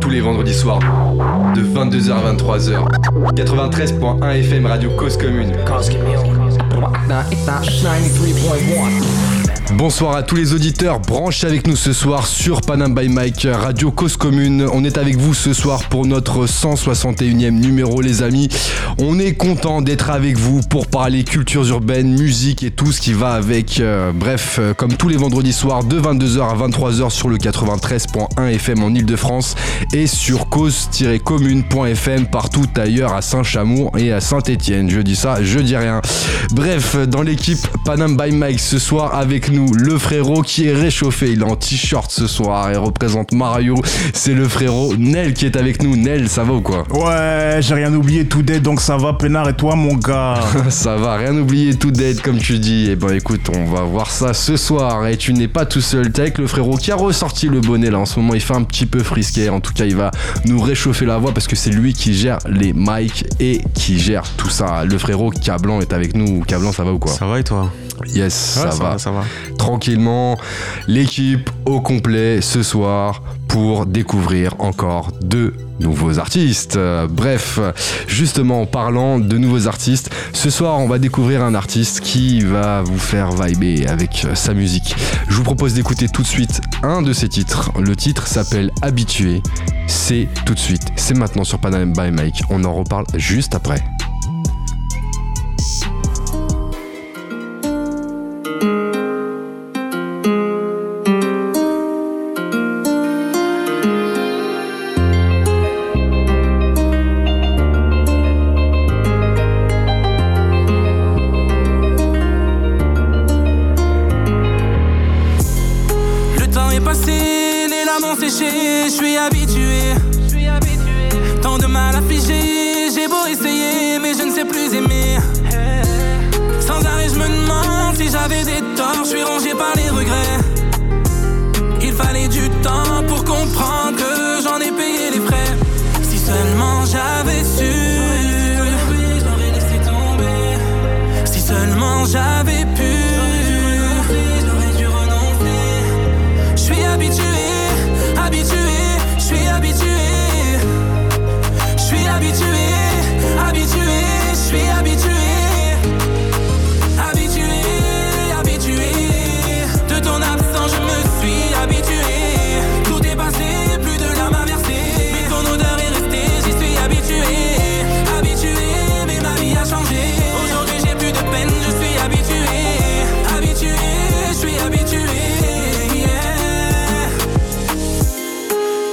Tous les vendredis soirs, de 22h à 23h. 93.1 FM Radio Cause Commune. Bonsoir à tous les auditeurs, branche avec nous ce soir sur Panam by Mike, Radio Cause Commune. On est avec vous ce soir pour notre 161e numéro les amis. On est content d'être avec vous pour parler cultures urbaines, musique et tout ce qui va avec. Euh, bref, euh, comme tous les vendredis soirs de 22h à 23h sur le 93.1 FM en Ile-de-France et sur cause-commune.fm partout ailleurs à Saint-Chamour et à Saint-Étienne. Je dis ça, je dis rien. Bref, dans l'équipe Panam by Mike ce soir avec nous le frérot qui est réchauffé. Il est en t-shirt ce soir et représente Mario. C'est le frérot Nel qui est avec nous. Nel, ça va ou quoi Ouais, j'ai rien oublié tout dès donc ça va, Pénard et toi mon gars. Ça va, rien oublier, tout dead comme tu dis. Et ben écoute, on va voir ça ce soir. Et tu n'es pas tout seul, t'es avec le frérot qui a ressorti le bonnet là. En ce moment, il fait un petit peu frisquet. En tout cas, il va nous réchauffer la voix parce que c'est lui qui gère les mics et qui gère tout ça. Le frérot Cablan est avec nous. Cablan, ça va ou quoi Ça va et toi Yes, ça, Ouais, va. ça va. Tranquillement, l'équipe au complet ce soir pour découvrir encore deux nouveaux artistes. Euh, bref, justement en parlant de nouveaux artistes, ce soir on va découvrir un artiste qui va vous faire vibrer avec euh, sa musique. Je vous propose d'écouter tout de suite un de ses titres. Le titre s'appelle Habitué. C'est tout de suite, c'est maintenant sur Panam by Mike. On en reparle juste après. Le temps est passé, les larmes ont séché, je suis habitué. Tant de mal à figer, j'ai beau essayer, mais je ne sais plus aimer. Sans arrêt, je me demande si j'avais des torts, je suis rongé par les regrets. Il fallait du temps pour comprendre que j'en ai payé les frais. Si seulement j'avais su, j'aurais laissé tomber. Si seulement j'avais pu, j'aurais dû renoncer. Je suis habitué, habitué, je suis habitué. Je suis habitué, habitué, je suis habitué. Habitué, habitué. De ton absence, je me suis habitué. Tout est passé, plus de larmes à verser. Mais ton odeur est restée, j'y suis habitué. Habitué, mais ma vie a changé. Aujourd'hui, j'ai plus de peine, je suis habitué. Habitué, je suis habitué. yeah.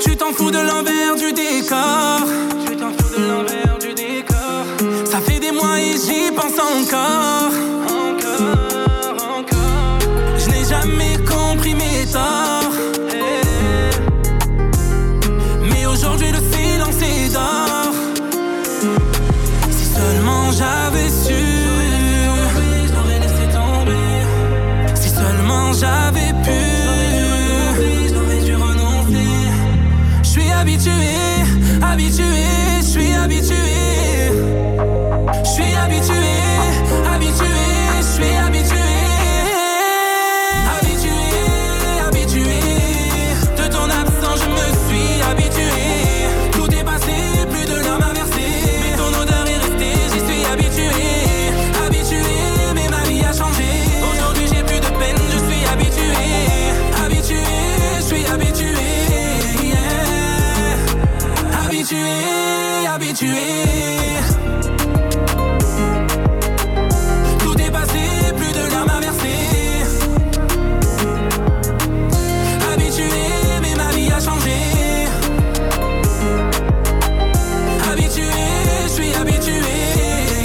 Tu t'en fous de l'envers du décor. Tu t'en fous de l'envers du décor. Ça fait des mois et j'y pense encore. Encore, encore. Je n'ai jamais compris mes torts. Eh. Mais aujourd'hui le silence est d'or. Si seulement j'avais su. J'aurais laissé tomber. Si seulement j'avais pu, j'aurais dû renoncer. Je suis habitué, habitué, je suis habitué. Je suis habitué, habitué, je suis habitué. Habitué, habitué. De ton absence, je me suis habitué. Tout est passé, plus de larmes à verser. Mais ton odeur est restée, j'y suis habitué. Habitué, mais ma vie a changé. Aujourd'hui, j'ai plus de peine, je suis habitué. Habitué, je suis habitué. yeah. Habitué, habitué. Tout est passé, plus de larmes à verser. Habitué, mais ma vie a changé. Habitué, je suis habitué.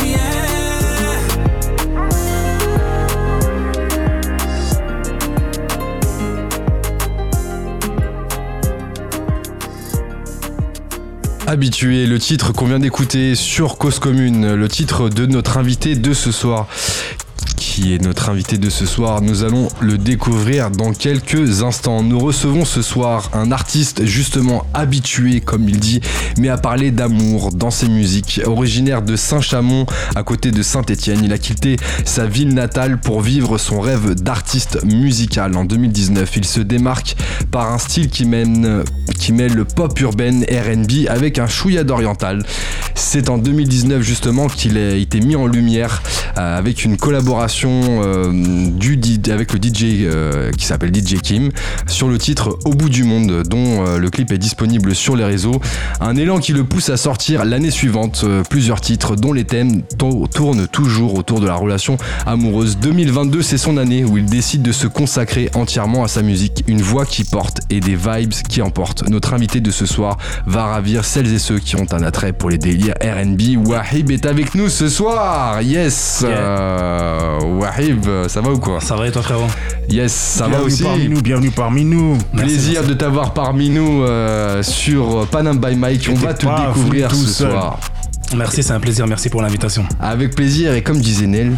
yeah. Habitué, le titre qu'on vient d'écouter sur Cause Commune, le titre de notre invité de ce soir, qui qui est notre invité de ce soir. Nous allons le découvrir dans quelques instants. Nous recevons ce soir un artiste justement habitué, comme il dit, mais à parler d'amour dans ses musiques. Originaire de Saint-Chamond, à côté de Saint-Étienne, il a quitté sa ville natale pour vivre son rêve d'artiste musical. En 2019, il se démarque par un style qui, mène, qui mêle pop urbaine, RB avec un chouïa d'oriental. C'est en 2019 justement qu'il a été mis en lumière euh, avec une collaboration euh, du, D- avec le DJ euh, qui s'appelle DJ Kim sur le titre Au bout du monde dont euh, le clip est disponible sur les réseaux. Un élan qui le pousse à sortir l'année suivante euh, plusieurs titres dont les thèmes to- tournent toujours autour de la relation amoureuse. 2022 c'est son année où il décide de se consacrer entièrement à sa musique, une voix qui porte et des vibes qui emportent. Notre invité de ce soir va ravir celles et ceux qui ont un attrait pour les délires R&B. Wahib est avec nous ce soir. Yes. Yeah. Euh, Wahib, ça va ou quoi Ça va et toi frérot Yes, ça va bienvenue aussi. parmi nous, bienvenue parmi nous. Merci, Plaisir de t'avoir parmi nous euh, sur Panam by Mike. On T'étais va te pas découvrir tout ce seul. soir. Merci, c'est un plaisir, merci pour l'invitation. Avec plaisir et comme disait Nel,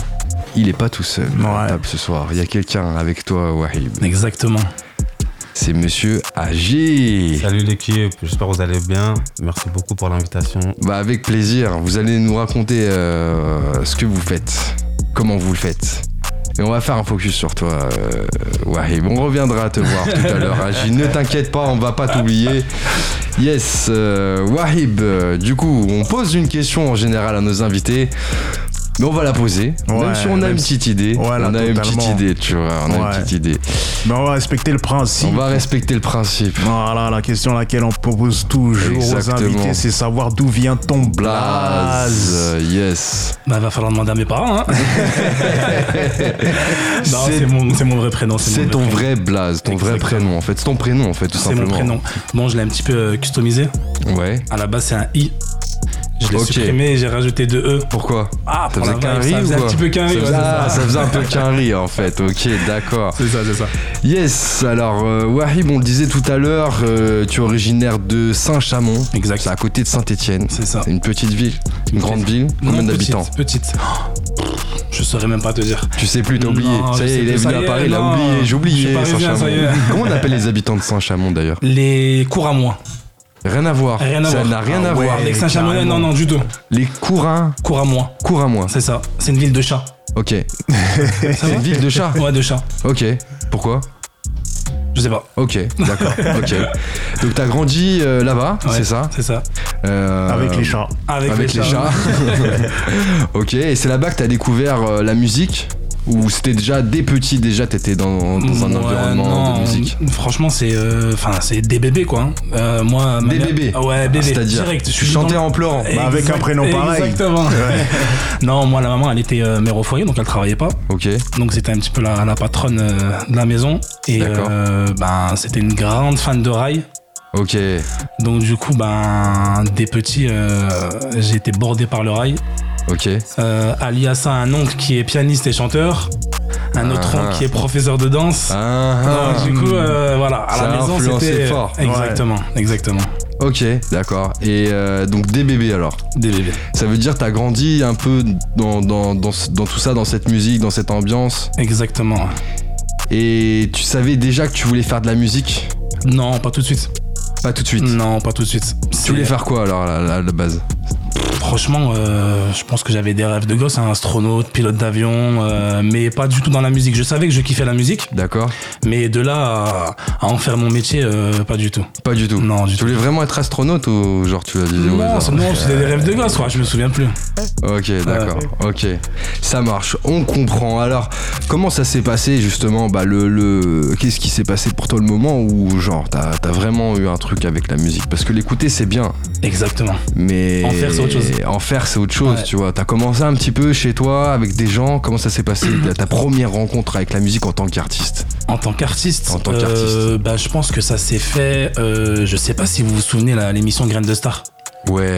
il est pas tout seul à la Ouais. table ce soir. Il y a quelqu'un avec toi, Wahib. Exactement. C'est Monsieur Agé. Salut l'équipe, j'espère que vous allez bien. Merci beaucoup pour l'invitation. Bah avec plaisir. Vous allez nous raconter euh, ce que vous faites, comment vous le faites. Et on va faire un focus sur toi, euh, Wahib. On reviendra te voir tout à l'heure, Agé. Ne t'inquiète pas, on va pas t'oublier. Yes, euh, Wahib, euh, du coup, on pose une question en général à nos invités. Mais on va la poser, même Ouais, si on a même une si- petite idée. Voilà, on a une petite totalement. idée, tu vois. On a Ouais. une petite idée. Mais Ben, on va respecter le On principe. va respecter le principe. Voilà, la question laquelle on propose toujours Exactement. aux invités, c'est savoir d'où vient ton blaze. Blaze, yes. Bah va falloir demander à mes parents hein. non, C'est- c'est mon, c'est mon vrai prénom. C'est mon ton vrai blaze, ton vrai Exactement. prénom en fait. C'est ton prénom en fait, tout C'est mon simplement. prénom. Bon, je l'ai un petit peu euh, customisé. Ouais. À la base, c'est un i. Je l'ai Ok. supprimé et j'ai rajouté deux e. Pourquoi Ah, Ça pour faisait la qu'un vibe, riz ça ou faisait un quoi petit peu qu'un ça riz, ouais, faisait, ah, c'est ça faisait un peu qu'un riz en fait. Ok, d'accord. C'est ça, c'est ça. Yes, alors euh, Wahib, on le disait tout à l'heure, euh, tu es originaire de Saint-Chamond. Exact. C'est à côté de Saint-Étienne. C'est ça. C'est une petite ville, une Une grande petite- ville. Combien Non, d'habitants Petite. petite. Je saurais même pas te dire. Tu sais plus, t'as oublié. Non, ça y est, je sais il est plus, venu ça à y est, Paris, il a non. oublié. J'ai Je oublié suis parisien, ça y Saint-Chamond. est. Comment on appelle les habitants de Saint-Chamond d'ailleurs Les cours à moi. Rien à voir. Rien à ça voir. Ah n'a rien à Ouais, voir. Avec Saint-Chamond, carrément. non, non, du tout. Les courins, Cours à moi. cours à moi. C'est ça. C'est une ville de chats. Ok. C'est va une ville de chat. Ouais, de chats. Ok. Pourquoi Je sais pas. Ok, d'accord. ok. Donc t'as grandi euh, là-bas, Ouais, c'est ça C'est ça. Euh, Avec les chats. Avec, Avec les chats. ok. Et c'est là-bas que t'as découvert euh, la musique ou c'était déjà dès petit déjà t'étais dans, dans un Ouais, environnement de non, musique. Franchement, c'est euh, enfin c'est des bébés quoi. hein. Euh, moi, ma Des mère- bébés. Ah Ouais, bébés. C'est-à-dire, Direct. tu chantais en pleurant. Bah, avec un prénom pareil. Exactement. non, moi la maman, elle était euh, mère au foyer, donc elle travaillait pas. Ok. Donc c'était un petit peu la, la patronne euh, de la maison. Et D'accord. euh, ben c'était une grande fan de rail. Ok. Donc du coup, ben des petits, euh, j'ai été bordé par le rail. Ok. Euh, allié à ça, un oncle qui est pianiste et chanteur, un autre Ah, ah. oncle qui est professeur de danse. Ah, ah. Donc, du coup, euh, voilà, à Ça a la maison, influencé c'était euh, fort. Exactement, exactement. Ok. D'accord. Et euh, donc des bébés alors. Des bébés. Ça veut dire t'as grandi un peu dans, dans, dans, ce- dans tout ça, dans cette musique, dans cette ambiance. Exactement. Et tu savais déjà que tu voulais faire de la musique Non, pas tout de suite. Pas tout de suite. Non, pas tout de suite. Tu voulais faire quoi alors à la, à la base Franchement, euh, je pense que j'avais des rêves de gosse, un astronaute, pilote d'avion, euh, mais pas du tout dans la musique. Je savais que je kiffais la musique, D'accord mais de là à, à en faire mon métier, euh, pas du tout. Pas du tout. Non, du Tu tout. voulais vraiment être astronaute ou genre tu as dit au Non, hasard c'est- non, c'était des rêves de gosse, quoi, je me souviens plus. Ok, d'accord. Ok, ça marche. On comprend. Alors, comment ça s'est passé justement Bah le, le- qu'est-ce qui s'est passé pour toi le moment où genre t'as as vraiment eu un truc avec la musique Parce que l'écouter c'est bien, Exactement. mais En faire, c'est autre chose. En faire c'est autre chose, Ouais. tu vois. T'as commencé un petit peu chez toi avec des gens. Comment ça s'est passé ta- ta première rencontre avec la musique en tant qu'artiste En tant qu'artiste, En tant euh, qu'artiste. bah, je pense que ça s'est fait. euh, je sais pas si vous vous souvenez la- l'émission Graines de Star.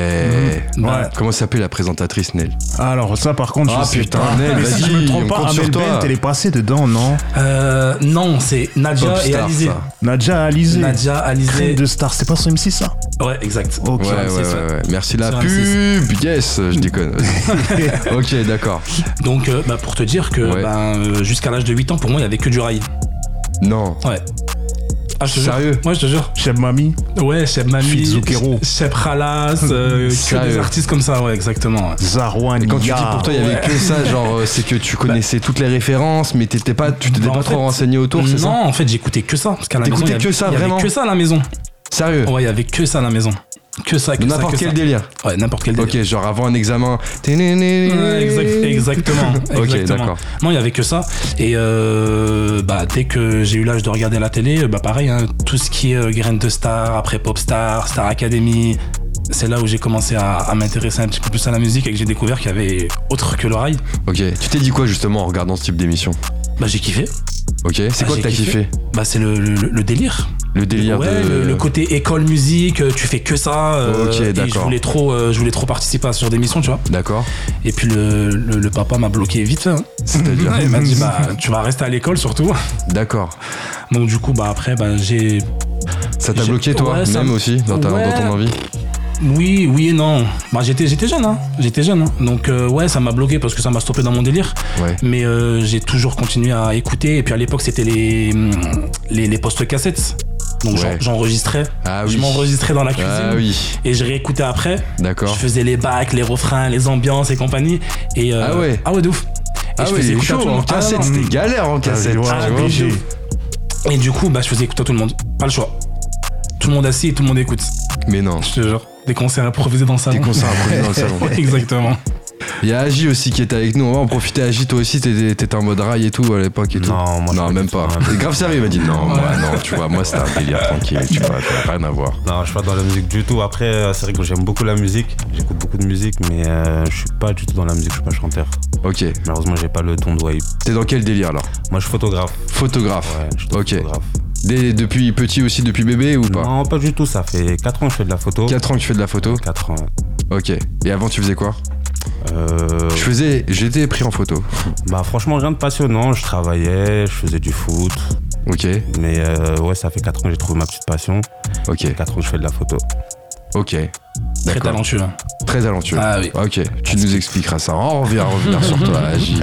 Ouais. Mhm. Ouais. Comment s'appelle la présentatrice, Nel Alors ça par contre, Ah, je sais putain, pas. Nel, Mais si vas-y, je me on trompe pas, compte sur Amel toi. Bent, elle est passée dedans, non Euh, non, c'est Nadia et Popstar, Alizé. ça. Nadja Alizé. Nadia, Alizé. Crème de star, c'est pas sur M6 ça Ouais, exact. Ok. Ouais, ouais, M6, ouais, ouais. Merci la Sur pub. Yes, je déconne. ok, d'accord. Donc, euh, bah, pour te dire que Ouais. ben, euh, jusqu'à l'âge de 8 ans, pour moi, il n'y avait que du rail. Non. Ouais. Ah, je te jure. Sérieux Ouais, je te jure. Cheb Mami. Ouais, Cheb Fit Mami, Zucchero. Cheb Ralas, euh, que des Sérieux. artistes comme ça, ouais, exactement. ouais. Zarwan. Et quand tu Ya. dis pour toi, il y avait que ça, genre, euh, c'est que tu connaissais toutes les références, mais t'étais pas, tu t'étais Bah, en pas trop fait, renseigné autour, c'est Non, ça en fait, j'écoutais que ça. Parce qu'à la maison, il y T'écoutais avait, que ça, il y avait vraiment que ça à la maison. Sérieux Ouais, il y avait que ça à la maison. Que ça, que De ça, que N'importe quel ça. délire. Ouais, n'importe quel délire. Ok, genre avant un examen. Ouais, exact- exactement. Ok, Mmh. exactement. d'accord. Non, il y avait que ça. Et euh, bah, dès que j'ai eu l'âge de regarder la télé, bah pareil, hein, tout ce qui est euh, Graines de Star, après Popstar, Star Academy, c'est là où j'ai commencé à, à m'intéresser un petit peu plus à la musique et que j'ai découvert qu'il y avait autre que l'oreille. Ok, tu t'es dit quoi justement en regardant ce type d'émission Bah j'ai kiffé. Ok, c'est Ah, quoi que j'ai t'as kiffé Bah c'est le, le- le délire. Le délire ouais, de. le, le côté école musique, euh, tu fais que ça. euh, Ok, et je d'accord. voulais trop, euh, je voulais trop participer à ce genre d'émission, tu vois. D'accord. Et puis le, le- le papa m'a bloqué vite. fait, hein. C'est-à-dire. Il m'a dit bah tu vas rester à l'école surtout. D'accord. Donc du coup bah après bah j'ai Ça t'a J'ai- bloqué toi, ouais, ça même me- aussi, dans, ta- dans Ouais. ton envie oui oui et non. Bah j'étais j'étais jeune hein. J'étais jeune. hein. Donc euh, ouais ça m'a bloqué parce que ça m'a stoppé dans mon délire. Ouais. Mais euh, j'ai toujours continué à écouter. Et puis à l'époque c'était les hum, les, les postes cassettes. Donc j'en- Ouais. j'enregistrais. Ah Je oui. m'enregistrais dans la cuisine. Ah oui, Et je réécoutais après. d'accord. Je faisais les bacs, les refrains, les ambiances et compagnie. Et euh, Ah ouais. Ah ouais de ouf. Et Ah je oui, faisais il est écouter à chaud, tout le en monde. Ah, cassette, non, c'était galère en cassette. Ah, tu ouais, vois. obligé. Et du coup, bah, je faisais écouter à tout le monde. Pas le choix. Tout le monde assis et tout le monde écoute. Mais non, Je te jure. Des concerts improvisés dans le salon. t'es concerts improvisés dans le salon. Ah. Ouais, Exactement. Il y a Agi aussi qui était avec nous. On va en profiter. Agi, toi aussi, t'étais t'étais en mode rail et tout à l'époque et tout. Non, moi, je non pas même du tout, pas. ouais. C'est grave sérieux, il m'a dit non, moi, non, tu vois, moi, c'était un délire tranquille, tu vois, t'as rien à voir. Non, je suis pas dans la musique du tout. Après, euh, c'est vrai que j'aime beaucoup la musique. J'écoute beaucoup de musique, mais euh, je suis pas du tout dans la musique. Je suis pas chanteur. Ok, Malheureusement, j'ai pas le don de wave. t'es dans quel délire alors Moi, je suis photographe. Photographe. Ouais, je suis Ok. photographe. Dès- depuis petit aussi, depuis bébé ou pas Non, pas du tout. Ça fait 4 ans que je fais de la photo. 4 ans que tu fais de la photo 4 ans. Ok. Et avant, tu faisais quoi Euh, Je faisais. J'étais pris en photo. bah, franchement, rien de passionnant. Je travaillais, je faisais du foot. Ok, Mais euh, ouais, ça fait 4 ans que j'ai trouvé ma petite passion. ok, 4 ans que je fais de la photo. ok. Très D'accord. talentueux. Très talentueux. Ah oui. Ok, tu nous expliqueras ça. On revient revenir sur toi, Agi.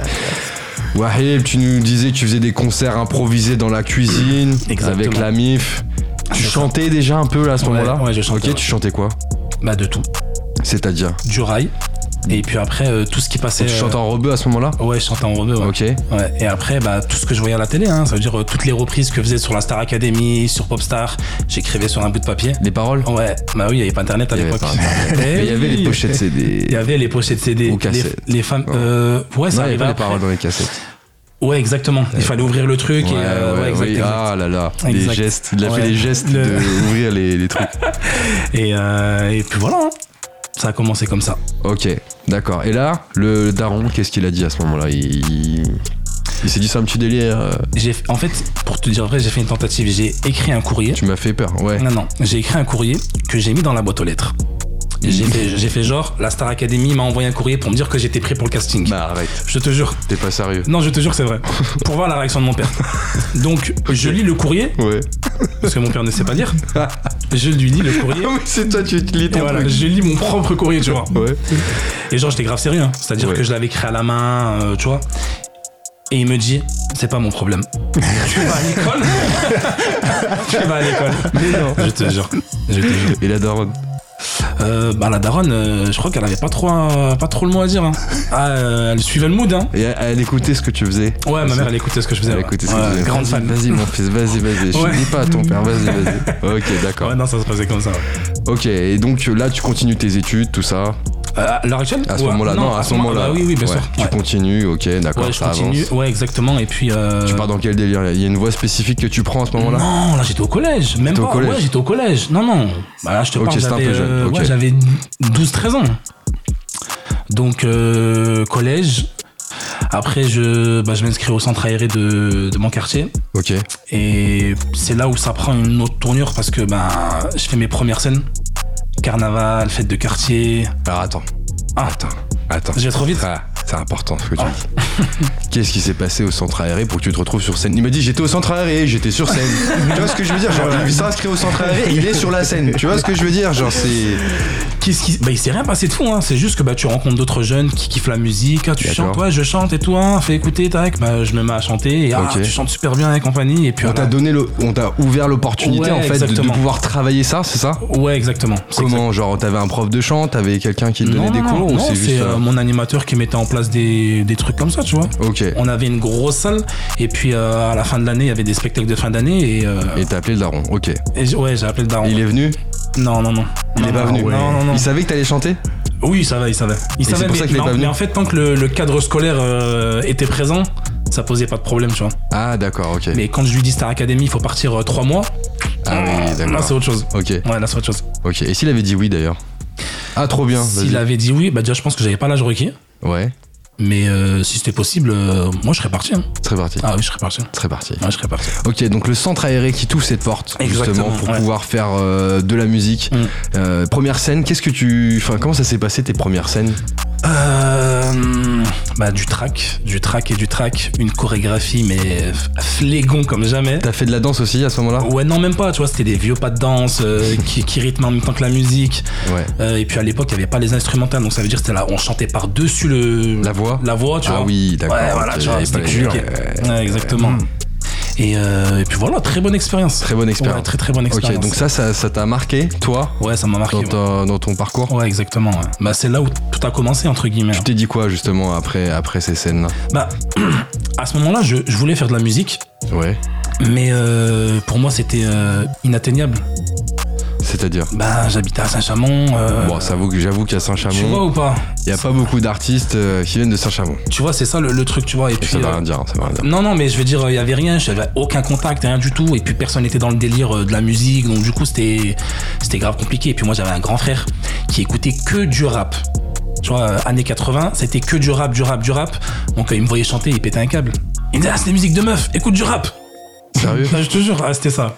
Wahib, tu nous disais que tu faisais des concerts improvisés dans la cuisine, Exactement. Ah, avec la MIF. Tu C'est ça. chantais déjà un peu là à ce Ouais, moment-là ouais, je chantais, Ok, ouais. tu chantais quoi Bah, de tout. C'est-à-dire Du rail. Et puis après, euh, tout ce qui passait. Tu euh, chantais en rebeu à ce moment-là Ouais, je chantais en rebeu. ouais. Ok, Ouais. Et après, bah, tout ce que je voyais à la télé, hein, ça veut dire euh, toutes les reprises que faisait sur la Star Academy, sur Popstar, j'écrivais sur un bout de papier. les paroles Ouais, bah oui, il n'y avait pas internet à Il y avait l'époque. pas Internet. Eh Mais il y avait oui. les pochettes Il y CD. avait les pochettes CD. Ou les, cassettes. les femmes. Ouais. euh, ouais, ça Non, il y avait pas arrivait les après. paroles dans les cassettes. Ouais, exactement. Il fallait ouvrir le truc et. euh, ouais, exact, oui. exact. Ah là là, les Exact. gestes. Il a fait Ouais. les gestes Le- d'ouvrir les, les trucs. ah. Et, euh, et puis voilà. hein. Ça a commencé comme ça. Ok, d'accord. Et là, le daron, qu'est-ce qu'il a dit à ce moment-là Il, il s'est dit c'est un petit délire. euh, J'ai, en fait, pour te dire vrai, j'ai fait une tentative. J'ai écrit un courrier. Tu m'as fait peur, ouais. Non, non. J'ai écrit un courrier que j'ai mis dans la boîte aux lettres. J'ai fait, j'ai fait genre, la Star Academy m'a envoyé un courrier pour me dire que j'étais prêt pour le casting. Bah arrête, Je te jure. t'es pas sérieux. Non, je te jure, que c'est vrai. Pour voir la réaction de mon père. Donc, je lis le courrier, Ouais. parce que mon père ne sait pas lire. Je lui lis le courrier. mais c'est toi, tu lis Et voilà, je lis mon propre courrier, tu vois. Ouais. Et genre, j'étais grave sérieux. hein. C'est-à-dire Ouais. que je l'avais écrit à la main, euh, tu vois. Et il me dit, c'est pas mon problème. tu vas à l'école Tu vas à l'école. Mais non. Je te jure. Je te jure. Et la daronne. Euh, bah, la daronne, euh, je crois qu'elle avait pas trop, euh, pas trop le mot à dire. hein. Ah, euh, elle suivait le mood, hein. Et elle, elle écoutait ce que tu faisais. Ouais, ma mère, elle écoutait ce que je faisais. Elle ouais. écoutait ce Ouais, que tu faisais. Grande Vas-y, fan. Vas-y, mon fils, vas-y, vas-y. Ouais. Je dis pas à ton père, vas-y, vas-y. Ok, d'accord. Ouais, non, ça se passait comme ça. ouais. Ok, et donc là, tu continues tes études, tout ça. Euh, à l'heure actuelle À ce Ouais. moment-là, non, à ce moment-là. bah oui, oui, bien ouais. sûr. Tu Ouais. continues, ok, d'accord, Ouais, je ça continue. euh, avance. Ouais, exactement. Et puis. euh, Tu pars dans quel délire là Il y a une voie spécifique que tu prends à ce moment-là Non, là j'étais au collège, même T'étais au pas. collège. Ouais, j'étais au collège. Non, non. Bah là, je te Ok, parle, c'était un peu j'avais, jeune, euh, ok. ouais, j'avais 12-13 ans. Donc, euh, collège. Après, je, bah, je m'inscris au centre aéré de, de mon quartier. Ok. Et c'est là où ça prend une autre tournure parce que bah, je fais mes premières scènes. carnaval, fête de quartier. Alors attends, Ah, attends, attends. j'ai trop vite. Ah, c'est important ce que tu dis. Qu'est-ce qui s'est passé au centre aéré pour que tu te retrouves sur scène Il m'a dit j'étais au centre aéré, j'étais sur scène. tu vois ce que je veux dire Genre, il s'inscrit au centre aéré, il est sur la scène. Tu vois ce que je veux dire Genre, c'est. Qu'est-ce qui... Bah, il s'est rien passé de fou, hein. c'est juste que bah, tu rencontres d'autres jeunes qui kiffent la musique, Ah, tu D'accord. chantes, ouais, je chante et toi, hein, fais écouter, tac, bah, je me mets à chanter, et ah, Ok. tu chantes super bien et compagnie, et puis On voilà. t'a donné le, on t'a ouvert l'opportunité Ouais, en fait de- de, exactement. pouvoir travailler ça, c'est ça Ouais, exactement. C'est Comment Genre, t'avais un prof de chant, t'avais quelqu'un qui te Non, donnait des non, cours ou non, c'est juste. euh, euh, mon animateur qui mettait en place des, des trucs comme ça, tu vois. Ok. On avait une grosse salle, et puis euh, à la fin de l'année, il y avait des spectacles de fin d'année, et, euh, Et t'as appelé le daron, ok. et j- ouais, j'ai appelé le daron. Il est venu Non, non, non. Il Non, est pas non, venu Non, non, non. Il savait que t'allais chanter Oui, ça va, il savait. Il c'est savait, pour ça mais, qu'il est mais pas en, venu. mais en fait, tant que le, le cadre scolaire euh, était présent, ça posait pas de problème, tu vois. Ah d'accord, ok. Mais quand je lui dis Star Academy, il faut partir euh, trois mois, Ah oui, là, c'est d'accord. autre chose. Ok, Ouais, là, c'est autre chose. ok. Et s'il avait dit oui d'ailleurs Ah trop bien. S'il vas-y. avait dit oui, bah déjà, je pense que j'avais pas l'âge requis. Ouais, Mais euh, si c'était possible, euh, moi, je serais parti. hein. très parti. Ah oui, je serais parti. Très parti. Ouais, je serais parti. Ok, donc le centre aéré qui t'ouvre cette porte justement Exactement, pour ouais. pouvoir faire euh, de la musique. Mm. Euh, première scène, qu'est-ce que tu, enfin comment ça s'est passé tes premières scènes Euh, bah, du track, du track et du track. Une chorégraphie, mais f- flégon comme jamais. T'as fait de la danse aussi à ce moment-là Ouais, non, même pas, tu vois, c'était des vieux pas de danse euh, qui, qui rythment en même temps que la musique. Ouais. Euh, et puis à l'époque, il n'y avait pas les instrumentales, donc ça veut dire que c'était là, on chantait par-dessus le... La voix. la voix, tu ah vois. oui, d'accord. Ouais, voilà, ok, tu vois, j'avais c'était pas les- compliqué. Ouais. Ouais, exactement. Et, euh, et puis voilà, très bonne expérience. Très bonne expérience. Ouais, très très bonne expérience. Ok, donc ça, ça, ça t'a marqué, toi, Ouais, ça m'a marqué. dans, ouais. ton- dans ton parcours Ouais, exactement. ouais. Bah, c'est là où tout a commencé, entre guillemets. Tu t'es dit quoi justement après, après ces scènes-là Bah, à ce moment-là, je, je voulais faire de la musique, Ouais. mais euh, pour moi, c'était euh, inatteignable. C'est-à-dire Bah, j'habitais à Saint-Chamond. euh, Bon, ça vaut que j'avoue qu'à tu vois Saint-Chamond, ou pas il n'y a pas beaucoup d'artistes euh, qui viennent de Saint-Chamond. Tu vois, c'est ça le, le truc, tu vois. Et puis, Ça veut euh, rien dire, hein, ça veut rien dire. Non, non, mais je veux dire, il y avait rien, j'avais aucun contact, rien du tout, et puis personne n'était dans le délire euh, de la musique, donc du coup, c'était c'était grave compliqué. Et puis moi, j'avais un grand frère qui écoutait que du rap. Tu vois, euh, années 80, c'était que du rap, du rap, du rap. Donc euh, il me voyait chanter, il pétait un câble. Il me disait, ah, c'est des musiques de meuf, écoute du rap. Sérieux Ah, je te jure, ah, c'était ça.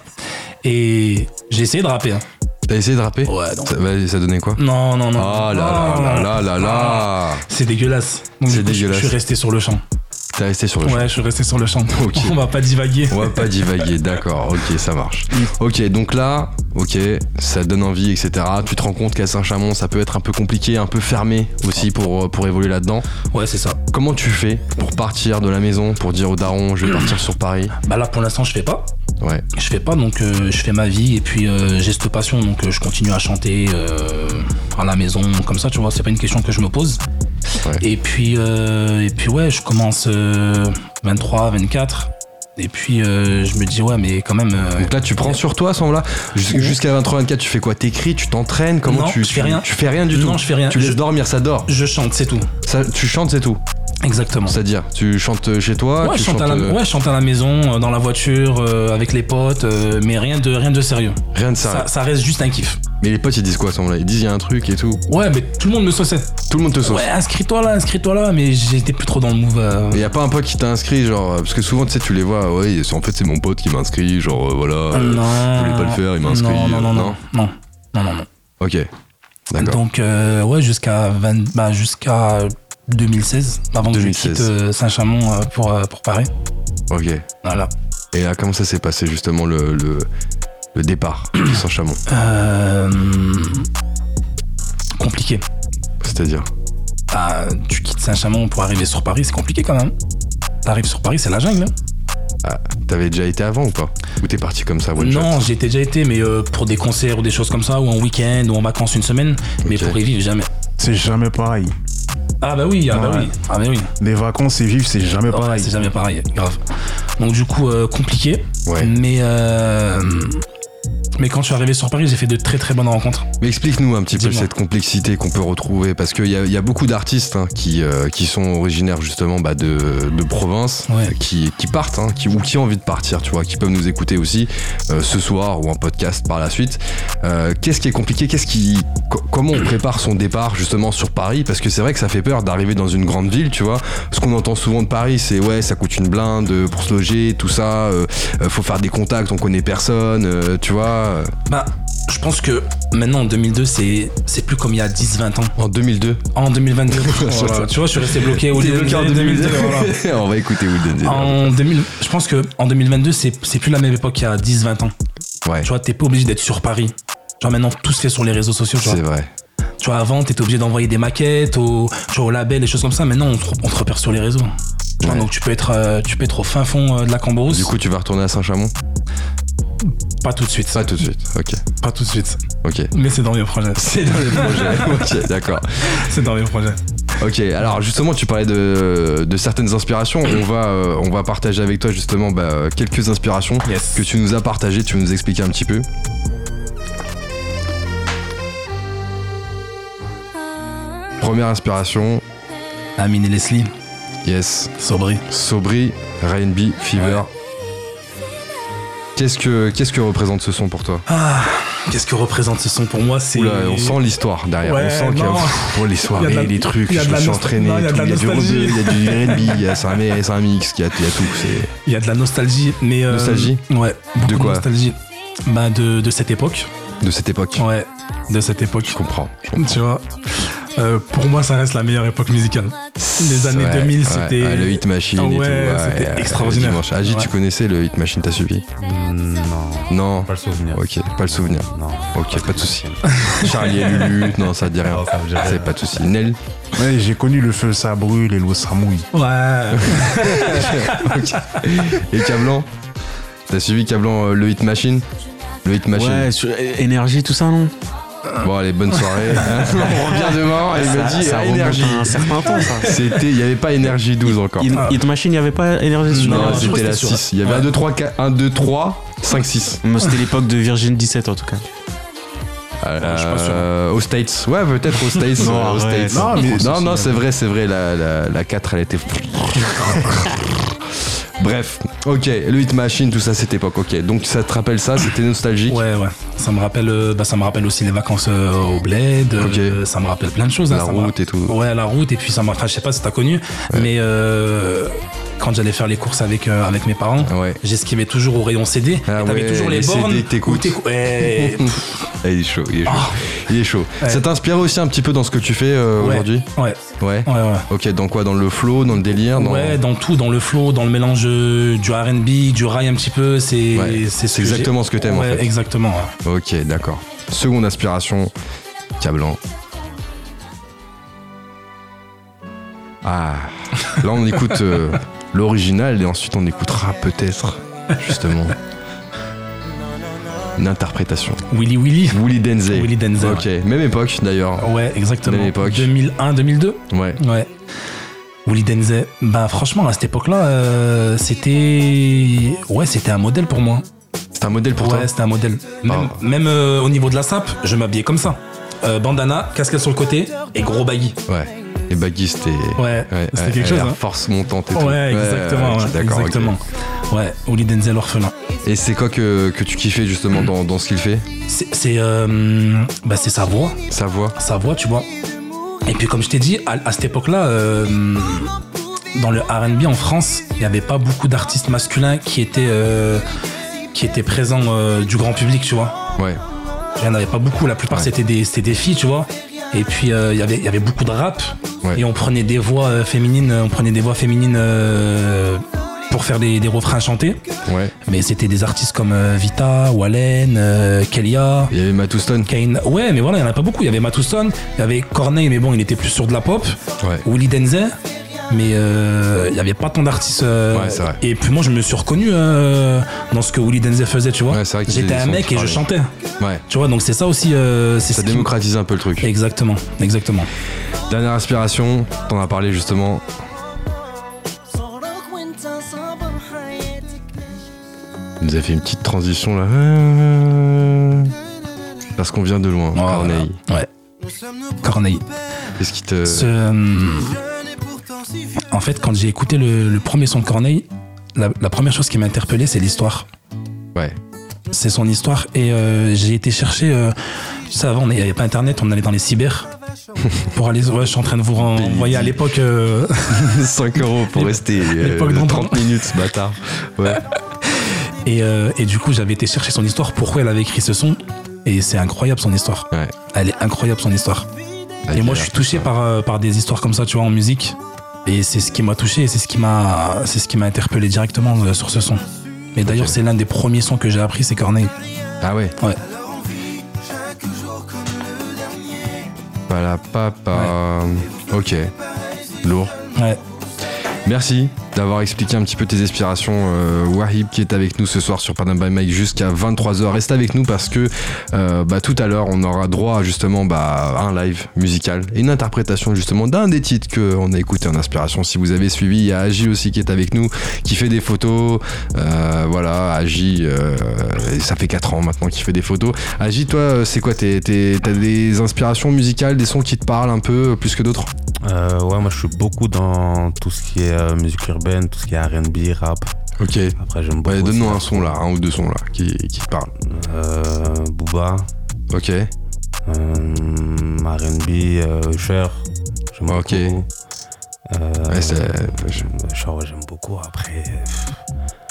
Et j'ai essayé de rapper. hein. T'as essayé de rapper Ouais, non. ça, vas-y, ça donnait quoi Non, non, non. Ah Non, là non, là non. là là là là C'est dégueulasse. Donc, C'est du coup, je- dégueulasse. Je suis resté sur le champ. T'as resté sur le champ. Ouais, je suis resté sur le champ. Ok. On va pas divaguer. On va pas divaguer, d'accord, ok, ça marche. Mm. Ok, donc là, ok, ça donne envie, etc. Tu te rends compte qu'à Saint-Chamond, ça peut être un peu compliqué, un peu fermé aussi pour, euh, pour évoluer là-dedans. Ouais, c'est ça. Comment tu fais pour partir de la maison, pour dire au daron, je vais partir sur Paris Bah là, pour l'instant, je fais pas. Ouais, je fais pas donc euh, je fais ma vie et puis euh, j'ai cette passion donc euh, je continue à chanter euh, à la maison comme ça tu vois c'est pas une question que je me pose Ouais. et puis euh, et puis ouais je commence euh, 23 24 et puis euh, je me dis ouais mais quand même euh, donc là, tu prends sur toi à ce moment-là. Jus- Jusqu'à 23-24, tu fais quoi T'écris, tu t'entraînes Comment Non, tu, je tu- fais rien. Tu fais rien du non tout. je fais rien Tu je, laisses dormir, ça dort. je chante c'est tout Ça, tu chantes, c'est tout. exactement C'est-à-dire, tu chantes euh, chez toi, Ouais tu je, chante à la, chantes, euh, ouais, je chante à la maison, euh, dans la voiture, euh, avec les potes, euh, mais rien de, rien de sérieux. rien de ça. Ça, ça reste juste un kiff. Mais les potes, ils disent quoi à ce moment-là Ils disent, il y a un truc et tout. Ouais, mais tout le monde me sauçait. Tout le monde te sauce. Ouais, inscris-toi là, inscris-toi là, mais j'étais plus trop dans le move. euh, Et y a pas un pote qui t'a inscrit, genre, euh, parce que souvent, tu sais, tu les vois, ouais, c'est- en fait, c'est mon pote qui m'a inscrit, genre, euh, voilà, Ah, euh, non. je voulais pas le faire, il m'a inscrit. Non, non, euh, non, non, non, non, non, non. Ok. D'accord. Donc, euh, ouais, jusqu'à 20 bah, jusqu'à 2016, avant que 2016. je quitte euh, Saint-Chamond euh, pour, euh, pour Paris. Ok. Voilà. Et là, comment ça s'est passé, justement, le, le, le départ de Saint-Chamond Euh, compliqué. C'est-à-dire Bah, tu quittes Saint-Chamond pour arriver sur Paris, c'est compliqué quand même. T'arrives sur Paris, c'est la jungle. hein. ah, T'avais déjà été avant ou pas Ou t'es parti comme ça, one shot non, j'ai été- déjà été, mais euh, pour des concerts ou des choses comme ça, ou en week-end, ou en vacances une semaine, mais Ok. pour y vivre jamais. C'est jamais pareil. Ah bah oui, ah bah Ouais. oui, ah bah oui. Les vacances et vivre, c'est jamais Oh, Ouais, pareil. c'est jamais pareil, grave. Donc du coup, euh, compliqué. Ouais. Mais, euh, mais quand je suis arrivé sur Paris, j'ai fait de très très bonnes rencontres. Mais explique-nous un petit peu Dis-moi. cette complexité qu'on peut retrouver, parce qu'il y a, y a beaucoup d'artistes hein, qui, euh, qui sont originaires justement bah, de, de province, Ouais. qui, qui partent, hein, qui, ou qui ont envie de partir, tu vois, qui peuvent nous écouter aussi euh, ce soir ou en podcast par la suite. Euh, qu'est-ce qui est compliqué Qu'est-ce qui, co- Comment on prépare son départ justement sur Paris Parce que c'est vrai que ça fait peur d'arriver dans une grande ville, tu vois. Ce qu'on entend souvent de Paris, c'est ouais, ça coûte une blinde pour se loger, tout ça, euh, euh, faut faire des contacts, on connaît personne, euh, tu euh, vois. Bah, Je pense que maintenant en 2002, c'est c'est plus comme il y a 10-20 ans. En 2002. En 2022, voilà, tu vois, je suis resté bloqué au T'es début bloqué en 2002. On va écouter Wooden. En 2000, je pense que en 2022, c'est c'est plus la même époque qu'il y a 10-20 ans. Ouais, Tu vois, t'es pas obligé d'être sur Paris. Tu vois, maintenant, tout se fait sur les réseaux sociaux. Tu vois, c'est vrai. tu vois avant, t'étais obligé d'envoyer des maquettes au, tu vois, au label, des choses comme ça. Maintenant, on te, on te repère sur les réseaux. Tu vois, Ouais. donc tu peux, être, euh, tu peux être au fin fond euh, de la Cambrousse. Du coup, tu vas retourner à Saint-Chamond pas tout de suite. Pas tout de suite. Ok, Pas tout de suite. ok. Mais c'est dans mes projets. C'est dans le projet. ok, d'accord. C'est dans mes projets. Ok, alors justement, tu parlais de, de certaines inspirations. On va, euh, on va partager avec toi justement bah, quelques inspirations Yes. que tu nous as partagées. Tu vas nous expliquer un petit peu. Première inspiration, Amine et Leslie, yes, Sobri. Sobri, R&B, Fever. Qu'est-ce que qu'est-ce que représente ce son pour toi Ah, qu'est-ce que représente ce son pour moi C'est. Oula, on sent l'histoire derrière. Ouais, on sent qu'il y a non. pff, oh, les soirées, Il y a de la- les trucs, il y a je de me la suis nostal- entraîné, non, il y a et de tout. la il y a du rebeu, nostalgie. il y a du R&B, il y a c'est un mé- c'est un mix, il y a, il y a tout. c'est- Il y a de la nostalgie, mais. euh, Nostalgie Ouais. beaucoup De quoi Nostalgie. Bah, de, de cette époque. de cette époque. Ouais. De cette époque. Je comprends. je comprends. Tu vois. Euh, pour moi, ça reste la meilleure époque musicale. Les années Ouais, 2000, ouais, c'était. Ah ouais, le Hit Machine et Ouais, tout. c'était ouais, extraordinaire. le dimanche. Agi, tu Ouais. connaissais le Hit Machine, t'as suivi Non, Non. pas le souvenir. Ok, pas le souvenir. Non. Ok, pas de souci. Charlie et Lulu, non, ça te dit rien. Non, ça me dit rien. C'est pas de souci. Nel Ouais, j'ai connu le feu, ça brûle et l'eau, ça mouille. Ouais. Ok. Et Cablan T'as suivi Cablan euh, le Hit Machine Le Hit Machine Ouais, sur é- énergie, tout ça, non Bon, allez, bonne soirée. On revient demain. Elle me dit ça ah, remonte énergie. à un certain temps, ça. C'était, il n'y avait pas énergie 12 encore. Hit, Hit Machine, il n'y avait pas énergie sur Non, je crois c'était que la c'était sur- 6. Il y avait Ouais. 1, 2, 3, 4, 1, 2, 3, 5, 6. Moi, C'était l'époque de Virgin 17, en tout cas. Euh, je suis pas sûr. aux States. Ouais, peut-être aux States. Non, euh, aux arrête. States. Non, mais- non, non, c'est vrai, c'est vrai. La, la, la 4, elle était. Bref, ok, le Hit Machine, tout ça, cette époque, ok. Donc ça te rappelle ça, c'était nostalgique. Ouais, ouais. Ça me rappelle, euh, bah, ça me rappelle aussi les vacances euh, au bled. euh, ça me rappelle plein de choses. hein, La ça me route et tout. Ouais, la route. Et puis ça me. Enfin, je sais pas si t'as connu, mais euh, quand j'allais faire les courses avec euh, avec mes parents. Ouais, J'esquivais toujours au rayon CD. Ah et t'avais ouais, toujours les, les CD bornes. que t'écoutes. où t'écou- Ouais. Ah, il est chaud, il est chaud. Ah. Il est chaud. Ouais. Ça t'inspire aussi un petit peu dans ce que tu fais euh, Ouais. aujourd'hui ouais. Ouais. Ouais, ouais. Ok, dans quoi Dans le flow, dans le délire dans... Ouais, dans tout, dans le flow, dans le mélange euh, du RB, du rail un petit peu, c'est Ouais, c'est ce c'est que j'ai- exactement ce que t'aimes, en Ouais, fait. exactement. ouais. Ok, d'accord. Seconde aspiration, Cablan. Ah, là on écoute euh, l'original et ensuite on écoutera peut-être, justement, une interprétation. Willy Willy. Willy Denzel. Willy Denzel. Ok, même époque d'ailleurs. Ouais, exactement. Même époque. 2001, 2002. Ouais, Ouais. Willy Denzel, bah franchement à cette époque-là, euh, c'était ouais c'était un modèle pour moi. c'est un modèle pour ouais, c'était un modèle. Ah. Même, même, euh, au niveau de la sape, je m'habillais comme ça. Euh, bandana, casquette sur le côté et gros baggy. toi Ouais. Et Baggy, c'était. Ouais, c'était quelque chose. Air hein. Force montante et tout. Ouais, exactement. ok, ouais, d'accord, ok. exactement. Ouais, Willy Denzel orphelin. Et c'est quoi que, que tu kiffais justement dans, dans ce qu'il fait C'est c'est, euh, bah, c'est sa voix, Sa voix sa voix, tu vois. Et puis comme je t'ai dit, à, à cette époque-là, euh, dans le R&B en France, il n'y avait pas beaucoup d'artistes masculins qui étaient euh, qui étaient présents euh, du grand public, tu vois. Ouais. Il n'y en avait pas beaucoup. La plupart Ouais. c'était des c'était des filles, tu vois. Et puis euh, il y avait il y avait beaucoup de rap Ouais. et on prenait des voix euh, féminines, on prenait des voix féminines euh, pour faire des, des refrains chantés. Ouais. Mais c'était des artistes comme euh, Vita, Wallen, euh, Kelia. Il y avait Matouston. Kane. Ouais, mais voilà, il n'y en a pas beaucoup. Il y avait Matouston, il y avait Corneille, mais bon, il était plus sur de la pop. Ouais. Willy Denzel. Mais euh, il n'y avait pas tant d'artistes. euh, Ouais, c'est vrai. Et puis moi, je me suis reconnu euh, dans ce que Willy Denzel faisait, tu vois. Ouais, c'est vrai qu'il J'étais faisait un des mec sons et je pareils. chantais. Ouais. Tu vois, donc c'est ça aussi. euh, c'est Ça ce qui- démocratise un peu le truc. Exactement, exactement. Dernière aspiration, t'en as parlé justement. Il nous a fait une petite transition là. Parce qu'on vient de loin, Voilà. Corneille. Ouais. Corneille. Qu'est-ce qui te. Ce, euh, en fait, quand j'ai écouté le, le premier son de Corneille, la, la première chose qui m'a interpellé, c'est l'histoire. Ouais. c'est son histoire et euh, j'ai été chercher euh, tu sais avant on- il n'y avait pas internet on allait dans les cyber pour aller ouais, je suis en train de vous ren- renvoyer à l'époque euh, 5 euros pour rester euh, l'époque d'antan. 30 minutes, ce bâtard. Ouais. et, euh, et du coup j'avais été chercher son histoire pourquoi elle avait écrit ce son Et c'est incroyable son histoire. Ouais. Elle est incroyable son histoire. Ah, et moi, il je a suis tout touché ça. par, euh, par des histoires comme ça, tu vois, en musique. Et c'est ce qui m'a touché, et c'est ce qui m'a, c'est ce qui m'a interpellé directement euh, sur ce son. Mais d'ailleurs, c'est l'un des premiers sons que j'ai appris, c'est Corneille. Ah ouais. Ouais. Voilà, papa. Ok. Lourd. Ouais. Merci d'avoir expliqué un petit peu tes inspirations. euh, Wahib qui est avec nous ce soir sur Panam by Mike jusqu'à 23h. Reste avec nous parce que euh, bah, tout à l'heure on aura droit justement bah, à un live musical et une interprétation justement d'un des titres qu'on a écouté en inspiration. Si vous avez suivi, il y a Agi aussi qui est avec nous, qui fait des photos. Euh, voilà, Agi, euh, ça fait 4 ans maintenant qu'il fait des photos. Agi, toi, euh, c'est quoi t'es- t'es- T'as des inspirations musicales, des sons qui te parlent un peu euh, plus que d'autres Euh, ouais, moi je suis beaucoup dans tout ce qui est euh, musique urbaine, tout ce qui est RB, rap. Ok. Après, j'aime beaucoup. Ouais, aussi donne-nous la- un son là, un ou deux sons là, qui, qui te parlent. Euh, Booba, Ok, euh, RB, euh, Usher. J'aime Ok. beaucoup. Euh, Ouais, c'est- Usher, ouais, j'aime beaucoup. Après,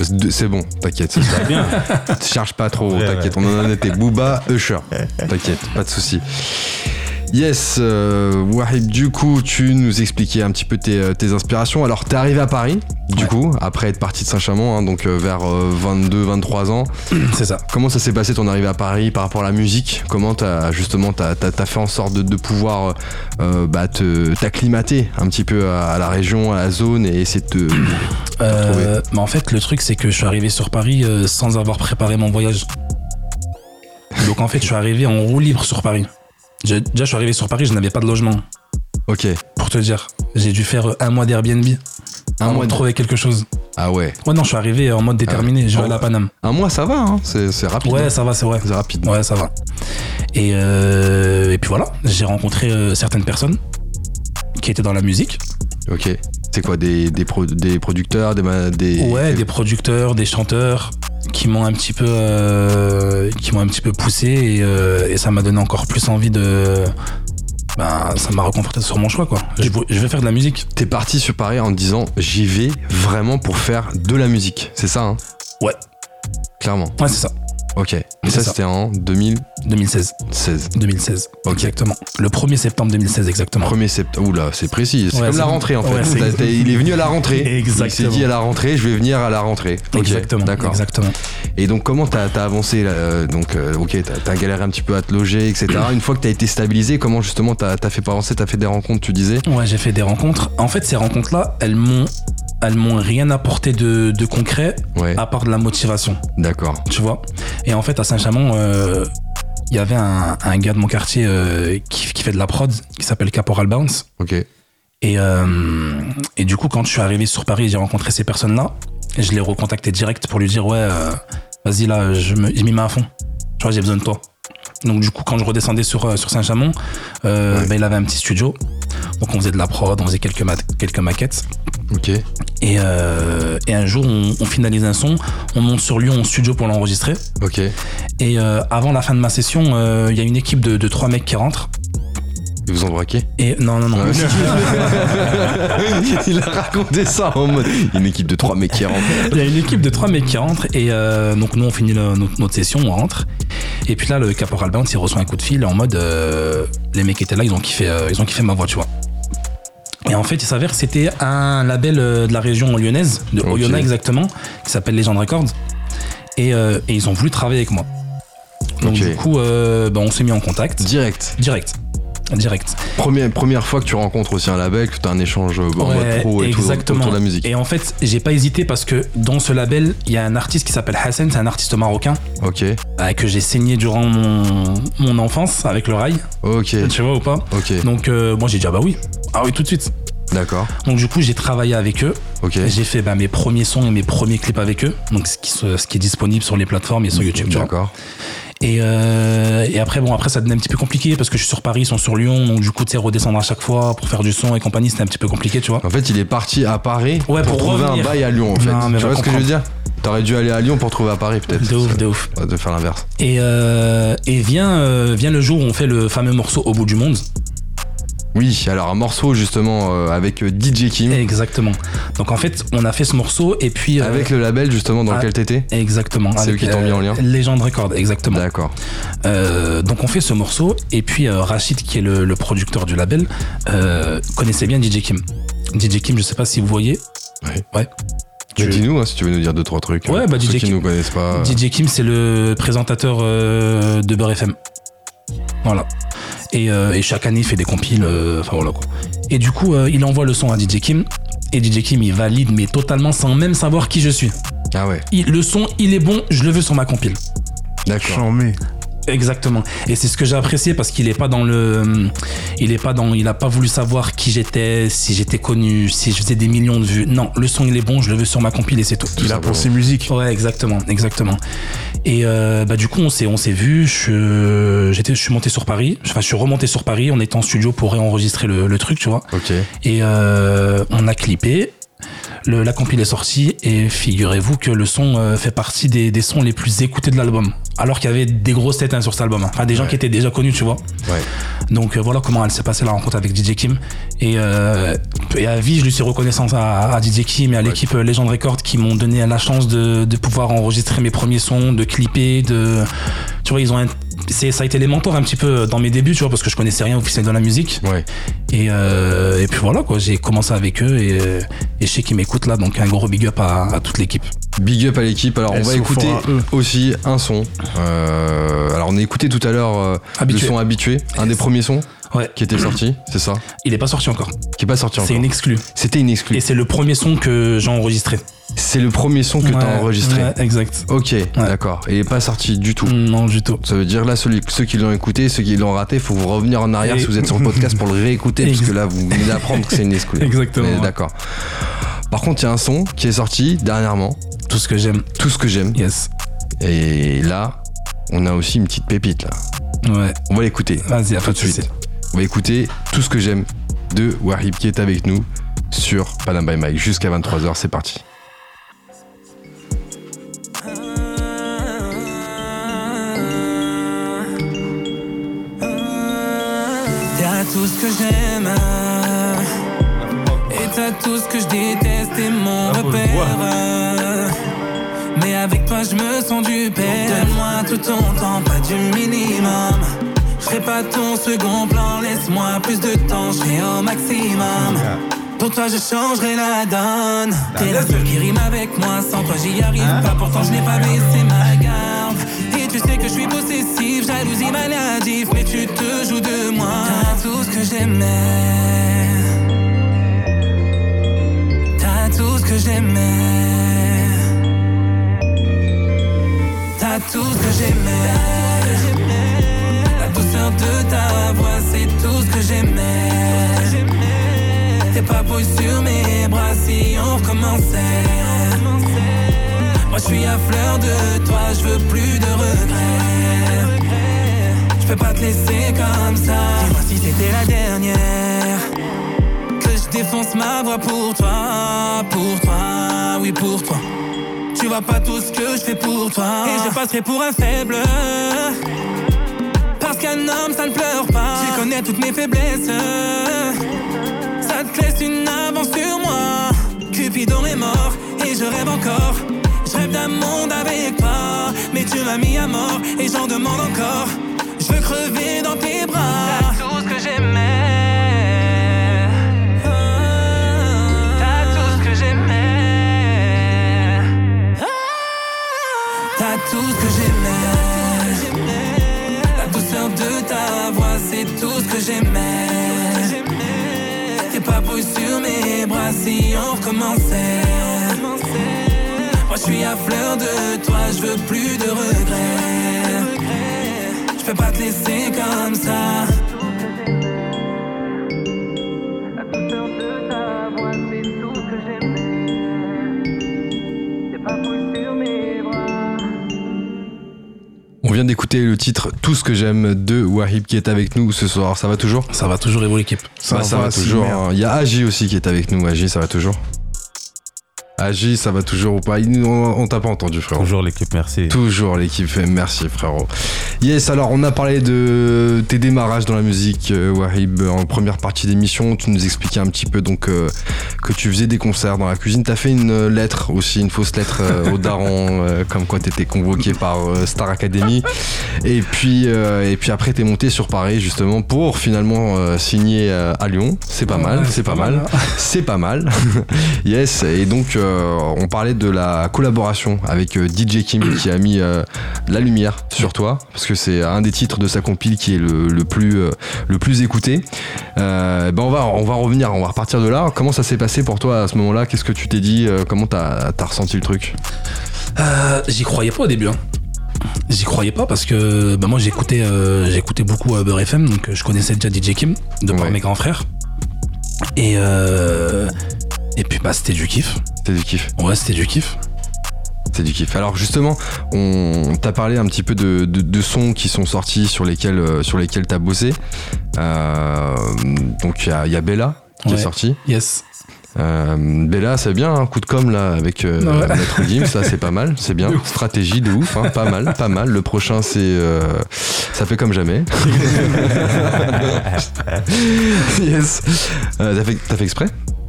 c'est c'est bon, t'inquiète. ça c'est bien. se- te Charge pas trop, Ouais, t'inquièète. On en a noté Booba, Usher. T'inquiète, pas de souci. Yes, euh, Wahib, du coup, tu nous expliquais un petit peu tes, euh, tes inspirations. Alors, t'es arrivé à Paris, du coup, après être parti de Saint-Chamond, hein, donc euh, vers 22-23 ans. C'est ça. Comment ça s'est passé ton arrivée à Paris par rapport à la musique Comment t'as justement t'as, t'as- t'as fait en sorte de, de pouvoir euh, bah, te, t'acclimater un petit peu à, à la région, à la zone et essayer de te, retrouvé. Euh, mais en fait, le truc, c'est que je suis arrivé sur Paris euh, sans avoir préparé mon voyage. Donc en fait, je suis arrivé en roue libre sur Paris. Je- déjà, je suis arrivé sur Paris, je n'avais pas de logement. Ok. Pour te dire, j'ai dû faire euh, un mois d'Airbnb. Un avant mois de de- trouver quelque chose. Ah ouais. Ouais, non, je suis arrivé en mode déterminé. je vais Ah aller à ouais. Paname. Un mois, ça va, hein c'est, c'est rapide. Ouais, hein. ça va, c'est vrai. c'est rapide. Ouais, ça va. Et, euh, et puis voilà, j'ai rencontré euh, certaines personnes qui étaient dans la musique. Ok. C'est quoi des, des, pro- des producteurs, des, ma- des ouais, des producteurs, des chanteurs qui m'ont un petit peu, euh, qui m'ont un petit peu poussé et, euh, et ça m'a donné encore plus envie de. Ben, ça m'a reconforté sur mon choix quoi. Je, vou- je vais faire de la musique. T'es parti sur Paris en te disant j'y vais vraiment pour faire de la musique. C'est ça, hein Ouais. Clairement. Ouais, c'est ça. Ok. Et ça, ça. c'était en 2016. 2016. 2016. Ok. Exactement. Le 1er septembre 2016 exactement. 1er septembre. Oula, c'est précis. C'est Ouais, comme c'est- la rentrée en fait. ouais, c'est- T'as- t'as- il est venu à la rentrée. Exactement. Il s'est dit à la rentrée, je vais venir à la rentrée. Ok, Exactement. D'accord. Exactement. Et donc comment t'as as avancé là, euh, Donc euh, ok, t'as- t'as galéré un petit peu à te loger, etc. Une fois que t'as été stabilisé, comment justement t'as as fait avancer T'as fait des rencontres, tu disais Ouais, j'ai fait des rencontres. En fait, ces rencontres-là, elles m'ont, elles m'ont rien apporté de, de concret Ouais. à part de la motivation, D'accord. tu vois. Et en fait, à Saint-Chamond, euh, il y avait un, un gars de mon quartier euh, qui, qui fait de la prod, qui s'appelle Caporal Bounce. Ok. Et, euh, et du coup, quand je suis arrivé sur Paris, j'ai rencontré ces personnes-là. Et je l'ai recontacté direct pour lui dire ouais, euh, vas-y là, je me- je m'y mets à fond. Tu vois, j'ai besoin de toi. Donc du coup, quand je redescendais sur, euh, sur Saint-Chamond, euh, Ouais. bah, il avait un petit studio. Donc on faisait de la prod, on faisait quelques, ma- quelques maquettes. Ok. Et, euh, et un jour, on, on finalise un son, on monte sur Lyon en studio pour l'enregistrer. Ok. Et euh, avant la fin de ma session, euh, il y a une équipe de, de trois mecs qui rentrent. Ils vous ont braqué Et non, non, non. Il a raconté ça en mode une équipe de trois mecs qui rentrent. Il y a une équipe de trois mecs qui rentrent et euh, donc nous on finit le- notre, notre session, on rentre. Et puis là le caporal Bounce il reçoit un coup de fil en mode euh, les mecs étaient là, ils ont kiffé, euh, ils ont kiffé ma voix, tu vois. Et en fait il s'avère que c'était un label euh, de la région lyonnaise, de Ok. Oyonnax exactement, qui s'appelle Legend Records. Et, euh, et ils ont voulu travailler avec moi. Donc Ok. du coup euh, bah, on s'est mis en contact. Direct. Direct. Direct. Première, première fois que tu rencontres aussi un label, que t'as un échange euh, en Ouais, mode pro et tout exactement. autour de la musique. Et en fait, j'ai pas hésité parce que dans ce label, il y a un artiste qui s'appelle Hassan, c'est un artiste marocain Ok. euh, que j'ai saigné durant mon, mon enfance avec le rail, Ok. tu vois ou pas. Ok. Donc euh, moi j'ai dit ah bah oui, ah oui tout de suite. D'accord. Donc du coup j'ai travaillé avec eux, Ok. j'ai fait bah, mes premiers sons et mes premiers clips avec eux, donc ce qui, se- ce qui est disponible sur les plateformes et sur YouTube. tu vois. Mmh, D'accord. Et, euh, et après bon après ça devenait un petit peu compliqué parce que je suis sur Paris, ils sont sur Lyon, donc du coup tu sais redescendre à chaque fois pour faire du son et compagnie c'était un petit peu compliqué tu vois. En fait, il est parti à Paris Ouais, pour, pour trouver revenir. un bail à Lyon, en fait. Non, mais tu va vois ce que je veux comprendre. dire T'aurais dû aller à Lyon pour trouver à Paris, peut-être. De ouf, de ouf. Ouais, De faire l'inverse. Et, euh, et vient, euh, vient le jour où on fait le fameux morceau Au bout du monde. Oui, alors un morceau justement euh, avec DJ Kim, Exactement. Donc en fait, on a fait ce morceau et puis. euh, avec le label justement dans ah, lequel t'étais. Exactement. Ah, C'est avec, eux qui t'ont mis en lien Legend Record, exactement. D'accord. Euh, donc on fait ce morceau et puis euh, Rachid qui est le, le producteur du label euh, connaissait bien DJ Kim. DJ Kim, je sais pas si vous voyez. Ouais. Ouais. Tu- Dis-nous euh, hein, si tu veux nous dire deux trois trucs. Ouais, hein, bah, pour DJ ceux qui Kim. nous connaissent pas. DJ Kim, c'est le présentateur euh, de Beurre FM. Voilà. Et, euh, et chaque année, il fait des compiles. euh, Enfin voilà quoi. Et du coup, euh, il envoie le son à DJ Kim. Et DJ Kim, il valide, mais totalement sans même savoir qui je suis. Ah ouais, Il- le son, il est bon, je le veux sur ma compile. d'accord. J'en mets. Exactement. Et c'est ce que j'ai apprécié parce qu'il est pas dans le, euh, il est pas dans, il a pas voulu savoir qui j'étais, si j'étais connu, si je faisais des millions de vues. Non, le son il est bon, je le veux sur ma compile et c'est tout. Il a pour ses musiques. Ouais, exactement, exactement. Et euh, bah du coup on s'est on s'est vu. Je j'étais je suis monté sur Paris. Enfin je suis remonté sur Paris. On était en studio pour réenregistrer le, le truc, tu vois. Ok. Et euh, on a clippé. Le, la compile est sortie et figurez-vous que le son euh, fait partie des, des sons les plus écoutés de l'album. Alors qu'il y avait des grosses têtes hein, sur cet album. hein. Enfin, des gens Ouais. qui étaient déjà connus, tu vois. Ouais. Donc euh, voilà comment elle s'est passée la rencontre avec DJ Kim. Et, euh, et à vie, je lui suis reconnaissant à, à DJ Kim et à l'équipe euh, Legend Records qui m'ont donné la chance de, de pouvoir enregistrer mes premiers sons, de clipper, de. Tu vois, ils ont. un- c'est- Ça a été les mentors un petit peu dans mes débuts, tu vois, parce que je connaissais rien au officiel de la musique. Ouais. Et, euh, et puis voilà, quoi, j'ai commencé avec eux et, euh, et je sais qu'ils m'écoutent là, donc un gros big up à, à toute l'équipe. Big up à l'équipe. Alors on Elles va sont écouter forts à eux. aussi un son. Euh, alors on a écouté tout à l'heure euh, le Habitué. son habitué, un des premiers sons Ouais, qui était sorti, c'est ça il est pas sorti encore. Qui est pas sorti C'est encore. une exclue. C'était une Et exclue. c'est le premier son que j'ai enregistré. C'est le premier son que Ouais, t'as enregistré. ouais, Exact. Ok, d'accord. Et il est pas sorti du tout. Non, du tout. Ça veut dire là, celui- ceux qui l'ont écouté, ceux qui l'ont raté, faut vous revenir en arrière Et- si vous êtes sur le podcast pour le réécouter, parce Ex- que là, vous venez d'apprendre que c'est une exclue. Exactement, Mais ouais. D'accord. Par contre, il y a un son qui est sorti dernièrement, Tout ce que j'aime. tout ce que j'aime. Yes. Et là, on a aussi une petite pépite là. Ouais. On va l'écouter. Vas-y, à Tout pas de de suite. soucis. On va écouter tout ce que j'aime de Wahib qui est avec nous sur Panam by Mike jusqu'à 23h. C'est parti. T'as tout ce que j'aime Et t'as tout ce que je déteste et mon repère Mais avec toi je me sens du père Donne-moi tout ton temps, pas du minimum Je serai pas ton second plan, laisse-moi plus de temps, je serai au maximum pour toi je changerai la donne T'es la seule qui rime avec moi Sans toi j'y arrive pas Pourtant je n'ai pas baissé ma garde Et tu sais que je suis possessif Jalousie maladive Mais tu te joues de moi T'as tout ce que j'aimais T'as tout ce que j'aimais T'as tout ce que j'aimais La douceur de ta voix C'est tout ce que j'aimais tes papouilles sur mes bras si on recommençait. Moi je suis à fleur de toi, je veux plus de regrets. Je peux pas te laisser comme ça. Dis-moi si c'était la dernière. Que je défonce ma voix pour toi, pour toi, oui pour toi. Tu vois pas tout ce que je fais pour toi. Et je passerai pour un faible. Parce qu'un homme ça ne pleure pas. Tu connais toutes mes faiblesses. Ça te laisse une avance sur moi Cupidon est mort et je rêve encore Je rêve d'un monde avec toi Mais tu m'as mis à mort et j'en demande encore Je veux crever dans tes bras T'as tout ce que j'aimais T'as tout ce que j'aimais T'as tout ce que j'aimais La douceur de ta voix c'est tout ce que j'aimais tes papouilles sur mes bras si on recommençait. Moi je suis à fleur de toi, je veux plus de regrets. Je peux pas te laisser comme ça. On vient d'écouter le titre Tout ce que j'aime de Wahib qui est avec nous ce soir. Ça va toujours Ça va toujours évoluer l'équipe. Bah, ça va si toujours. merde. hein. Il y a Agi aussi qui est avec nous. Agi, ça va toujours Agi, ça va toujours ou pas Il nous- On, on t'a pas entendu, frérot. Bonjour l'équipe, merci. Toujours l'équipe, merci frérot. Yes, alors on a parlé de tes démarrages dans la musique, euh, Wahib, en première partie d'émission. Tu nous expliquais un petit peu donc euh, que tu faisais des concerts dans la cuisine. T'as fait une euh, lettre aussi, une fausse lettre euh, au daron, euh, comme quoi t'étais convoqué par euh, Star Academy. Et puis, euh, et puis après, t'es monté sur Paris justement pour finalement euh, signer euh, à Lyon. C'est pas mal, Ouais, c'est pas mal. C'est pas mal. yes. Et donc, euh, on parlait de la collaboration avec euh, DJ Kim qui a mis euh, la lumière sur toi, parce que c'est un des titres de sa compile qui est le, le plus, euh, le plus écouté. Euh, ben on, va, on va revenir, on va repartir de là. Comment ça s'est passé pour toi à ce moment-là Qu'est-ce que tu t'es dit Euh, Comment t'as as ressenti le truc Euh, J'y croyais pas au début. hein. J'y croyais pas parce que bah, moi j'écoutais euh, j'écoutais beaucoup euh, Beurre FM, donc euh, je connaissais déjà DJ Kim de par Ouais. mes grands frères. Et, euh, et puis bah c'était du kiff. C'est du kiff. Ouais, c'était du kiff. C'est du kiff. Alors justement, on t'a parlé un petit peu de, de- de sons qui sont sortis sur lesquels euh, sur lesquels t'as bossé. Euh, donc il y a, il y a Bella qui est Ouais. sortie. Yes. Euh, Bella, c'est bien, un coup de com là avec euh, Ouais. Maître Gims, ça c'est pas mal, c'est bien. Stratégie de ouf, hein, pas mal, pas mal. Le prochain c'est euh, ça fait comme jamais. yes. Euh, t'as fait, t'as fait exprès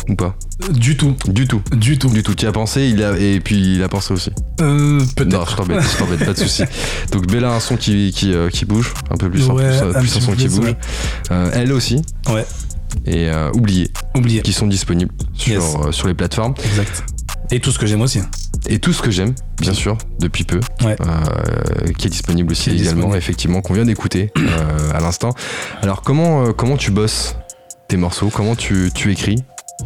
ou pas Du tout. Du tout, Du tout. du tout. Tu as pensé, il a et puis il a pensé aussi. Euh, Non, je t'embête, je t'embête, pas de soucis. Donc Bella a un son qui, qui, euh, qui bouge, un peu plus, en Ouais, plus, euh, un plus petit un son peu qui plus, bouge. ouais. Euh, elle aussi. Ouais. Et euh, oublié, Oublié. qui sont disponibles sur, Yes. euh, sur les plateformes. Exact. Et tout ce que j'aime aussi. Et tout ce que j'aime, bien sûr, depuis peu, Ouais. euh, qui est disponible aussi Qui est également, disponible. effectivement, qu'on vient d'écouter euh, à l'instant. Alors comment, euh, comment tu bosses tes morceaux Comment tu, tu écris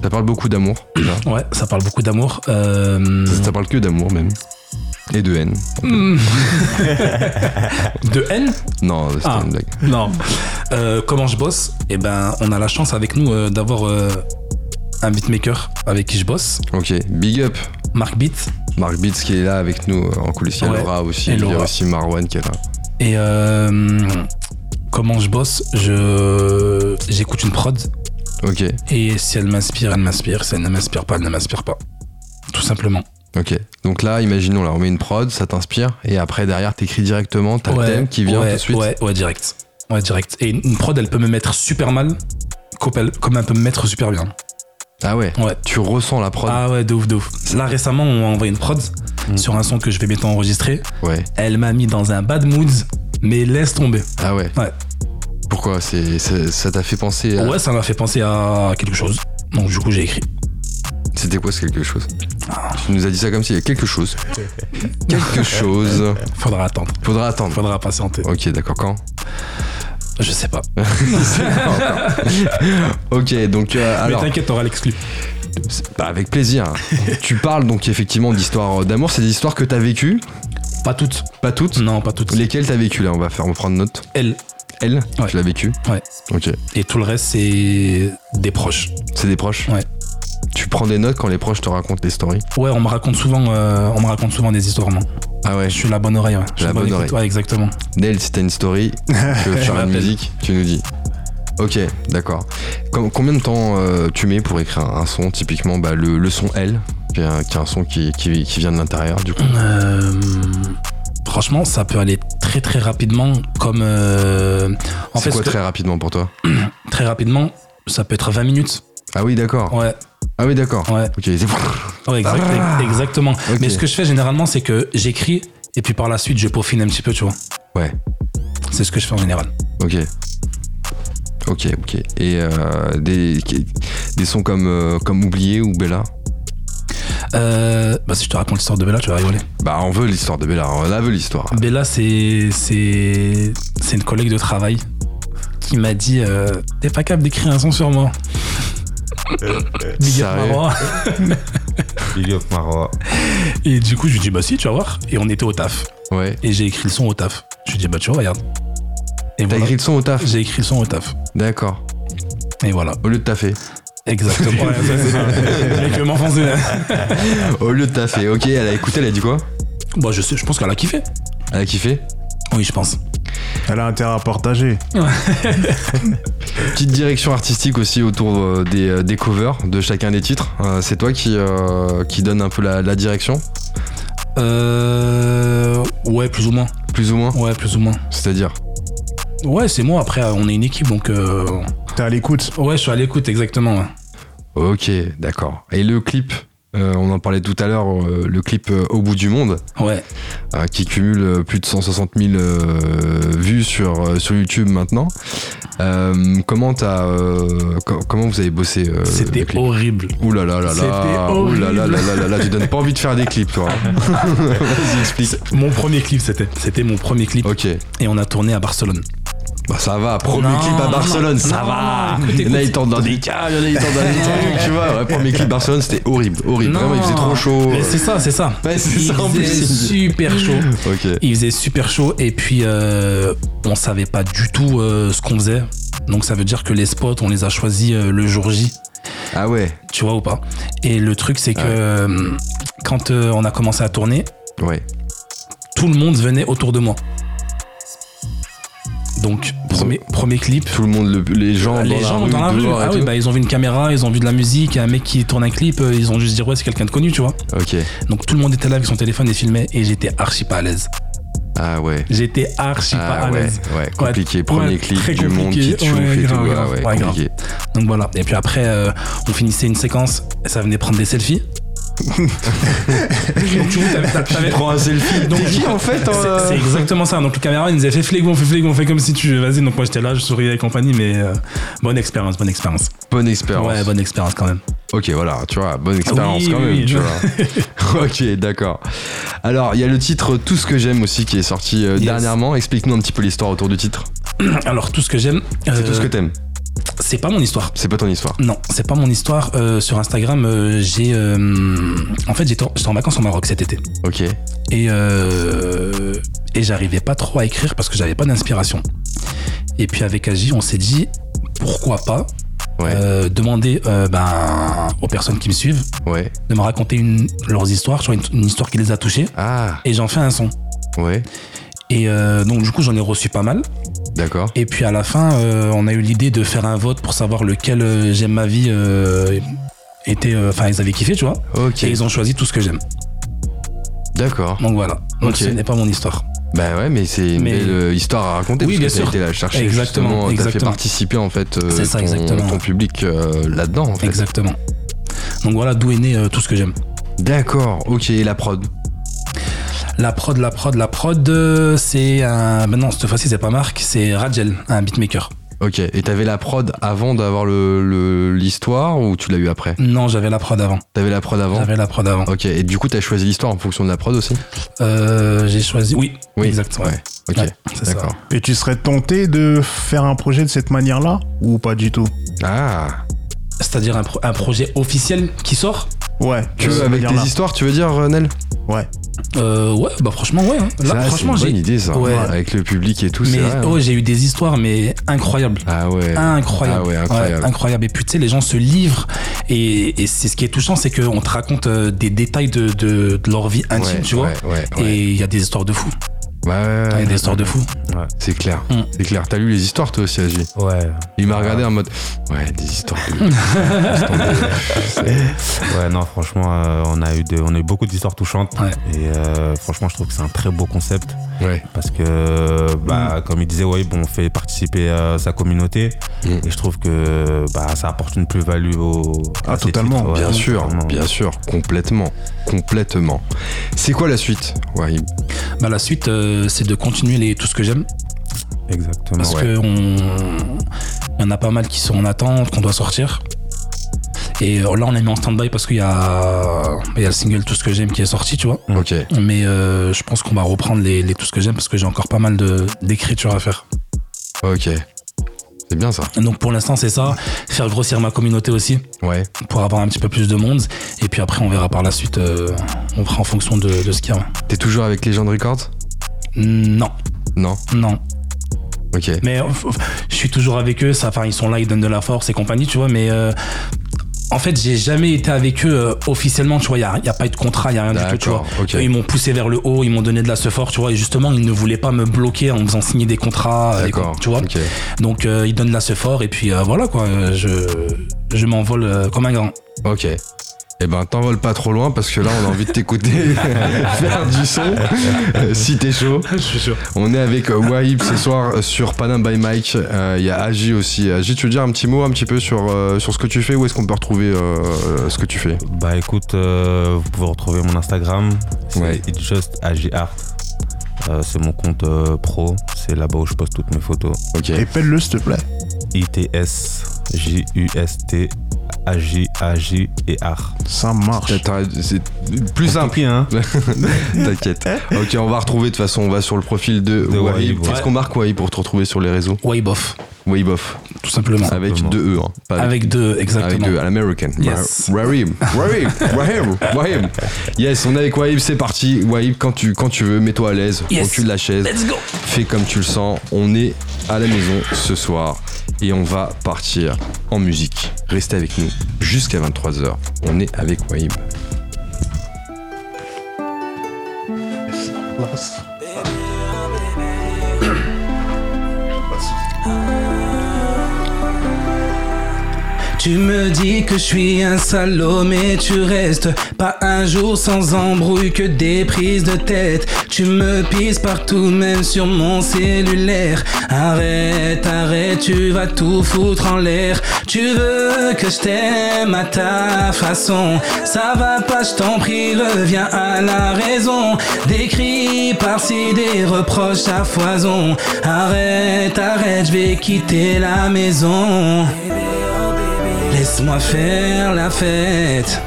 Ça parle beaucoup d'amour, déjà. Ouais, ça parle beaucoup d'amour. Euh, Ça, ça parle que d'amour, même. Et de haine. hmm. De haine Non, c'était Ah. une blague. Non. Euh, comment je bosse Eh ben, on a la chance avec nous euh, d'avoir euh, un beatmaker avec qui je bosse, Ok, big up Marc Beat. Marc Beats qui est là avec nous euh, en coulisses. Il y a Ouais. Laura aussi. Et Il y a Laura. aussi Marwan qui est là. Et euh, comment je bosse Je j'écoute une prod Ok, et si elle m'inspire, elle m'inspire. Si elle ne m'inspire pas, elle ne m'inspire pas. Tout simplement. ok. Donc là, imaginons, là, on met une prod, ça t'inspire. Et après, derrière, t'écris directement, t'as Ouais, le thème qui vient ouais, tout de suite. Ouais, ouais, direct. Ouais, direct. Et une une prod, elle peut me mettre super mal, comme elle, comme elle peut me mettre super bien. Ah ouais. Ouais. Tu ressens la prod. Ah ouais, de ouf, de ouf. Là, récemment, on m'a envoyé une prod Mm. sur un son que je vais bientôt enregistrer. Ouais. Elle m'a mis dans un bad mood, mais laisse tomber. Ah ouais. Ouais. Pourquoi c'est, c'est- Ça t'a fait penser à. Ouais, ça m'a fait penser à quelque chose. Donc, du coup, j'ai écrit. C'était quoi ce quelque chose Ah. Tu nous as dit ça comme s'il y a quelque chose. quelque chose. Faudra attendre, Faudra attendre. faudra patienter. Ok, d'accord. Quand Je sais pas. Ok, donc euh, alors. mais t'inquiète, t'auras l'exclu. Bah, avec plaisir. hein. tu parles donc effectivement d'histoires euh, d'amour. C'est des histoires que t'as vécues, Pas toutes. pas toutes. Non, pas toutes. Lesquelles t'as vécu là On va faire, on va prendre note. Elle. Elle, Hmm. Ouais. tu l'as vécu Ouais. Ok. Et tout le reste, c'est des proches. C'est des proches Ouais. Tu prends des notes quand les proches te racontent des stories Ouais, on me raconte souvent, euh, on me raconte souvent des histoires, moi. Ah ouais. Je suis la bonne oreille, ouais. Je suis La bonne écoute, oreille. Ouais, exactement. Nel, si t'as une story, tu veux faire une m'appelle. musique, tu nous dis. Ok, d'accord. Com- combien de temps euh, tu mets pour écrire un, un son Typiquement, bah, le, le son L, qui est un, qui est un son qui, qui- qui vient de l'intérieur, du coup. Euh, franchement, ça peut aller très très rapidement, comme. euh, en C'est fait, quoi ce que- très rapidement pour toi très rapidement, ça peut être 20 minutes. Ah oui, d'accord. Ouais, Ah oui, d'accord. ouais. Ok, c'est Ouais, exact- exactement. Ah. Ok. Mais ce que je fais généralement, c'est que j'écris et puis par la suite, je peaufine un petit peu, tu vois. Ouais. C'est ce que je fais en général. Ok. Ok, ok. Et euh, des, qui- des sons comme, euh, comme Oublié ou Bella Euh, bah, si je te raconte l'histoire de Bella, tu vas rigoler. Bah, on veut l'histoire de Bella, on la veut l'histoire. Bella, Ben c'est c'est c'est une collègue de travail qui m'a dit euh, T'es pas capable d'écrire un son sur moi. Big up Euh, Sérieux Marwa. Big up Marwa. Et du coup, je lui dis Bah si, tu vas voir. Et on était au taf. Ouais. Et j'ai écrit le son au taf. Je lui dis Bah tu vois, regarde. Et T'as voilà. écrit le son au taf J'ai écrit le son au taf. D'accord. Et voilà. Au lieu de taffer. Exactement. ouais, ça, c'est ça. hein. Le mec veut m'enfoncer, là. Au lieu de taffer. Ok, elle a écouté, elle a dit quoi Bah, je, sais, je pense qu'elle a kiffé. Elle a kiffé Oui, je pense. Elle a intérêt à partager. Petite direction artistique aussi autour euh, des, euh, des covers de chacun des titres. Euh, c'est toi qui, euh, qui donne un peu la, la direction, Euh, ouais, plus ou moins. plus ou moins Ouais, plus ou moins. C'est-à-dire Ouais, c'est moi. Après, on est une équipe, donc. euh, T'es à l'écoute. Ouais, je suis à l'écoute, exactement. ouais. Ok, d'accord. Et le clip euh, on en parlait tout à l'heure, euh, le clip euh, Au bout du monde, Ouais. euh, qui cumule euh, plus de 160 000 euh, vues sur, euh, sur YouTube maintenant. Euh, comment, t'as, euh, co- comment vous avez bossé euh, le C'était clip horrible. Ouh là là là là, C'était ouh là là horrible. là là là là, tu donnes pas envie de faire des clips toi. Vas-y explique. Mon premier clip, c'était. C'était mon premier clip. Ok, Et on a tourné à Barcelone. bah ça va, premier Non, clip à non, Barcelone, non, ça non, va. non, écoute, il y en a écoute. ils tentent dans des cas, il y en a ils tentent dans des trucs, tu vois. Ouais, premier clip Barcelone c'était horrible, horrible. Non. Vraiment il faisait trop chaud. Mais c'est ça, c'est ça. Ouais, c'est Il ça, en faisait plus. super chaud. Ok. Il faisait super chaud et puis euh, on savait pas du tout euh, ce qu'on faisait. Donc ça veut dire que les spots, on les a choisis euh, le jour J, Ah ouais, tu vois ou pas. Et le truc, c'est que euh, quand euh, on a commencé à tourner, ouais. tout le monde venait autour de moi. Donc premier, premier clip. Tout le monde, le- les gens les Oh. dans gens la rue, dans la rue, dehors et ah oui, tout. bah, ils ont vu une caméra, ils ont vu de la musique, un mec qui tourne un clip, euh, ils ont juste dit ouais c'est quelqu'un de connu, tu vois. Ok. Donc tout le monde était là avec son téléphone et filmait et j'étais archi pas à l'aise. Ah ouais. J'étais archi pas Ah à ouais, l'aise. ouais, compliqué. Premier ouais, clip très du monde compliqué, qui te chauffe ouais, et grave, tout. grave, ah ouais, ouais, grave. compliqué. Donc voilà. Et puis après, euh, on finissait une séquence, et ça venait prendre des selfies. donc tu vois, t'avais- t'avais- t'avais- un selfie. Donc, qui en fait euh, c'est c'est exactement ça. Donc le caméraman il nous a fait flégon, fait flégon, fait comme si tu. Vas-y, donc moi j'étais là, je souriais et compagnie, mais euh, bonne expérience, bonne expérience. Bonne expérience. Ouais, bonne expérience quand même. Ok, voilà, tu vois, bonne expérience Oui, quand oui, même, tu oui. vois. ok, d'accord. Alors, il y a le titre Tout ce que j'aime aussi qui est sorti euh, Yes. dernièrement. Explique-nous un petit peu l'histoire autour du titre. Alors tout ce que j'aime, C'est euh, tout ce que t'aimes, c'est pas mon histoire. c'est pas ton histoire. Non, c'est pas mon histoire. Euh, sur Instagram, euh, j'ai. euh, en fait, j'étais en- j'étais en vacances au Maroc cet été. Ok, et, euh, et j'arrivais pas trop à écrire parce que j'avais pas d'inspiration. Et puis avec Agi, on s'est dit pourquoi pas ouais, euh, demander euh, ben, aux personnes qui me suivent ouais. de me raconter une, leurs histoires, tu vois, une, une histoire qui les a touchés, Ah, et j'en fais un son. ouais, Et euh, donc du coup, j'en ai reçu pas mal. d'accord. Et puis à la fin, euh, on a eu l'idée de faire un vote pour savoir lequel euh, j'aime ma vie euh, était, euh, enfin ils avaient kiffé, tu vois. Ok, Et ils ont choisi tout ce que j'aime. d'accord. Donc voilà. Donc Ok. ce n'est pas mon histoire. Bah ouais, mais c'est une Mais- belle euh, histoire à raconter. Oui, bien parce que sûr. T'as été la chercher. Exactement, justement, T'as fait exactement. participer en fait euh, C'est ça, ton, exactement. ton public euh, là-dedans. En fait. Exactement. Donc voilà d'où est né euh, tout ce que j'aime. D'accord. Ok, et la prod. La prod, la prod, la prod, euh, c'est un. Ben non, cette fois-ci, c'est pas Marc, c'est Rajel, un beatmaker. Ok. Et t'avais la prod avant d'avoir le- le- l'histoire ou tu l'as eu après Non, j'avais la prod avant. T'avais la prod avant J'avais la prod avant. Ok, et du coup, t'as choisi l'histoire en fonction de la prod aussi Euh, J'ai choisi. Oui, Oui, exact. Ouais. ouais. Ok, Ouais, c'est ça. d'accord. Et tu serais tenté de faire un projet de cette manière-là Ou pas du tout Ah C'est-à-dire un, pro- un projet officiel qui sort Ouais. que de cette Avec tes manière-là. histoires, tu veux dire, euh, Nel Ouais. Euh, Ouais, bah franchement, ouais. hein. Là, Ça, c'est franchement, une bonne j'ai. idée, ça. Ouais. Avec le public et tout, c'est Mais vrai. hein. oh, j'ai eu des histoires, mais incroyables. Ah ouais. Incroyable. Ah ouais, incroyable. Ouais, incroyable. Et puis tu sais, les gens se livrent. Et, et c'est ce qui est touchant, c'est qu'on te raconte euh, des détails de, de- de leur vie intime, Ouais, tu vois. Ouais, ouais, ouais. Et il y a des histoires de fous. Ouais, ouais, Il y ouais. a des histoires de fous. C'est clair. Mm. Ah. C'est clair. T'as lu les histoires, toi aussi, Agi Ouais, Il m'a regardé en mode. Ouais, des histoires de. ouais, non, franchement, euh, on, a eu de- on a eu beaucoup d'histoires touchantes. Ouais. Et euh, franchement, je trouve que c'est un très beau concept. ouais. Parce que, bah, comme il disait, ouais, bon, on fait participer euh, sa communauté. Mm. Et je trouve que bah, ça apporte une plus-value au. Ah, à ces totalement, titres, ouais, Bien sûr, totalement. bien sûr, complètement. Complètement. C'est quoi la suite, Wahib Bah, la suite, euh, c'est de continuer les, tout ce que j'aime. Exactement. Parce ouais. que on- il y en a pas mal qui sont en attente, qu'on doit sortir. Et euh, là, on les met en stand-by parce qu'il y, a... il y a le single Tout ce que j'aime qui est sorti, tu vois. Ok. Mais euh, je pense qu'on va reprendre les, les Tout ce que j'aime parce que j'ai encore pas mal de- d'écriture à faire. Ok. C'est bien ça. Donc pour l'instant, c'est ça. Faire grossir ma communauté aussi Ouais. pour avoir un petit peu plus de monde. Et puis après, on verra par la suite. euh, on fera en fonction de, de ce qu'il y a. T'es toujours avec Legend Records Non, Non. non. Ok. Mais euh, f- f- je suis toujours avec eux. Ça, enfin, ils sont là, ils donnent de la force et compagnie, tu vois. Mais euh, en fait, j'ai jamais été avec eux euh, officiellement, tu vois. Il n'y a, y a pas eu de contrat, il n'y a rien du tout, tu vois. D'accord, ok. Eux, Ils m'ont poussé vers le haut, ils m'ont donné de la sephore, tu vois. Et justement, ils ne voulaient pas me bloquer en me faisant signer des contrats, euh, et D'accord, quoi, tu vois. ok. Donc, euh, ils donnent de la sephore, et puis euh, voilà, quoi. euh, je je m'envole euh, comme un grand. Ok. Eh ben, t'envoles pas trop loin parce que là, on a envie de t'écouter faire du son. Euh, si t'es chaud. Je suis sûr. On est avec euh, Wahib ce soir euh, sur Panam by Mike. Euh, Il y a Agi aussi. Agi, tu veux dire un petit mot un petit peu sur, euh, sur ce que tu fais Où est-ce qu'on peut retrouver euh, ce que tu fais Bah écoute, euh, vous pouvez retrouver mon Instagram, c'est Ouais. It's Just AG Art. Euh, c'est mon compte euh, pro, c'est là-bas où je poste toutes mes photos. Ok. Et pèle-le, s'il te plaît. I-T-S-J-U-S-T A-J-A-J et art. Ça marche. T'as- t'as- C'est plus simple. Compliqué, hein T'inquiète. Ok, on va retrouver de toute façon. On va sur le profil de, De Wahib. Wahib, Qu'est-ce ouais. qu'on marque Wahib pour te retrouver sur les réseaux Wayboff, Wahib off. tout simplement. Avec Simplement. deux E. hein, pas avec Avec deux, exactement. Avec deux, à Bah, l'American. Yes. Ra- Rahim. Rahim. Rahim. Rahim. Yes, on est avec Wahib, c'est parti. Wahib, quand tu, quand tu veux, mets-toi à l'aise, Yes. au cul de la chaise. Let's go. Fais comme tu le sens. On est à la maison ce soir et on va partir en musique. Restez avec nous jusqu'à 23h. On est avec Wahib. Tu me dis que je suis un salaud mais tu restes pas un jour sans embrouille que des prises de tête. Tu me pisses partout même sur mon cellulaire. Arrête, arrête, tu vas tout foutre en l'air. Tu veux que je t'aime à ta façon. Ça va pas, je t'en prie, reviens à la raison. Des cris par-ci, des reproches à foison. Arrête, arrête, je vais quitter la maison. Laisse-moi faire la fête.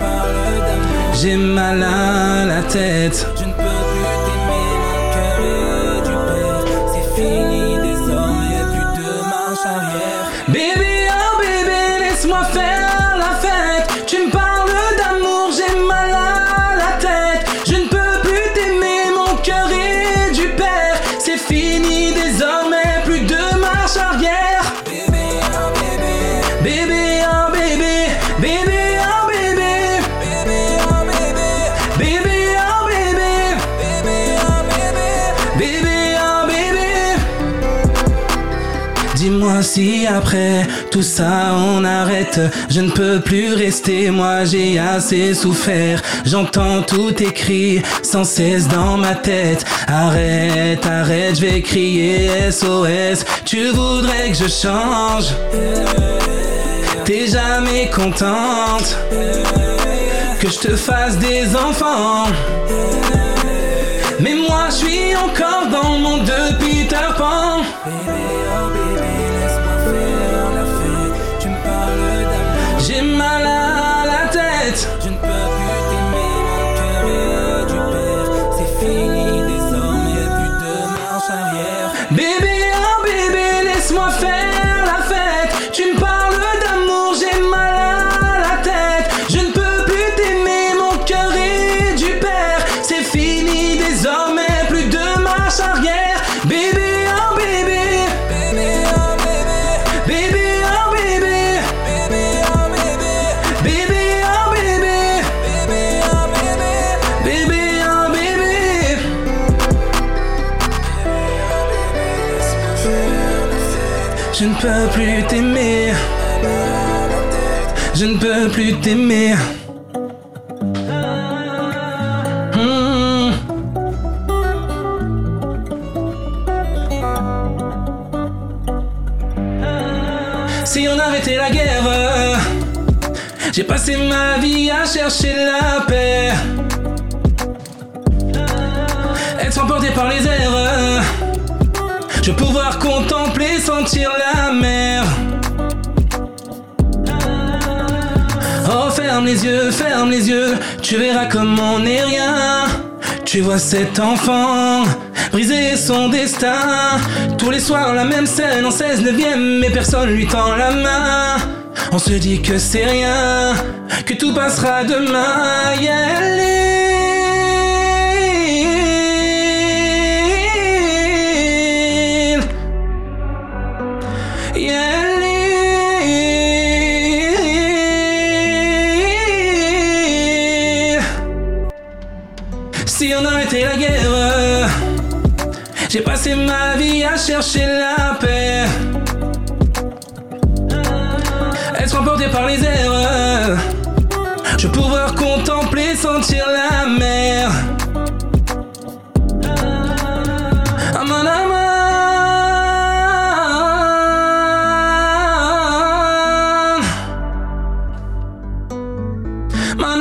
J'ai mal à la tête. Je ne peux plus t'aimer, mon cœur est du père. C'est fini, désormais, y'a plus de marche arrière. Bébé, oh bébé, laisse-moi faire la fête. Tu me parles d'amour, j'ai mal à la tête. Je ne peux plus t'aimer, mon cœur est du père. C'est fini, désormais, plus de marche arrière. Bébé, oh bébé. Bébé, oh bébé, bébé, oh bébé, bébé, oh bébé, bébé, oh bébé, bébé, oh bébé, bébé, oh bébé. Dis-moi si après tout ça on arrête. Je ne peux plus rester, moi j'ai assez souffert. J'entends tout écrit sans cesse dans ma tête. Arrête, arrête, je vais crier SOS. Tu voudrais que je change. T'es jamais contente que je te fasse des enfants. Mais moi je suis encore dans mon de Peter Pan. J'ai mal à la tête. Je ne peux plus t'aimer, mon cœur est du père. C'est fini, désormais, y'a plus de marche arrière. Bébé, oh bébé, laisse-moi faire la fête. Tu me parles d'amour, j'ai mal à la tête. Je ne peux plus t'aimer, mon cœur est du père. C'est fini, désormais, plus de marche arrière. Bébé, oh bébé, bébé, oh bébé, bébé, oh bébé. oh Bébé, oh bébé, bébé, oh bébé, bébé, oh bébé. Je ne peux plus t'aimer. Je ne peux plus t'aimer. Hmm. Si on arrêtait la guerre. J'ai passé ma vie à chercher la paix. Être emporté par les airs. Je vais pouvoir contempler, sentir la mer. Oh, ferme les yeux, ferme les yeux. Tu verras comme on n'est rien. Tu vois cet enfant briser son destin. Tous les soirs, la même scène en 16 neuvième, mais personne lui tend la main. On se dit que c'est rien, que tout passera demain. Y aller. Y aller. chercher la paix. Être emporté par les erreurs. Je vais pouvoir contempler, sentir la mer. Ah, mon amour. Mon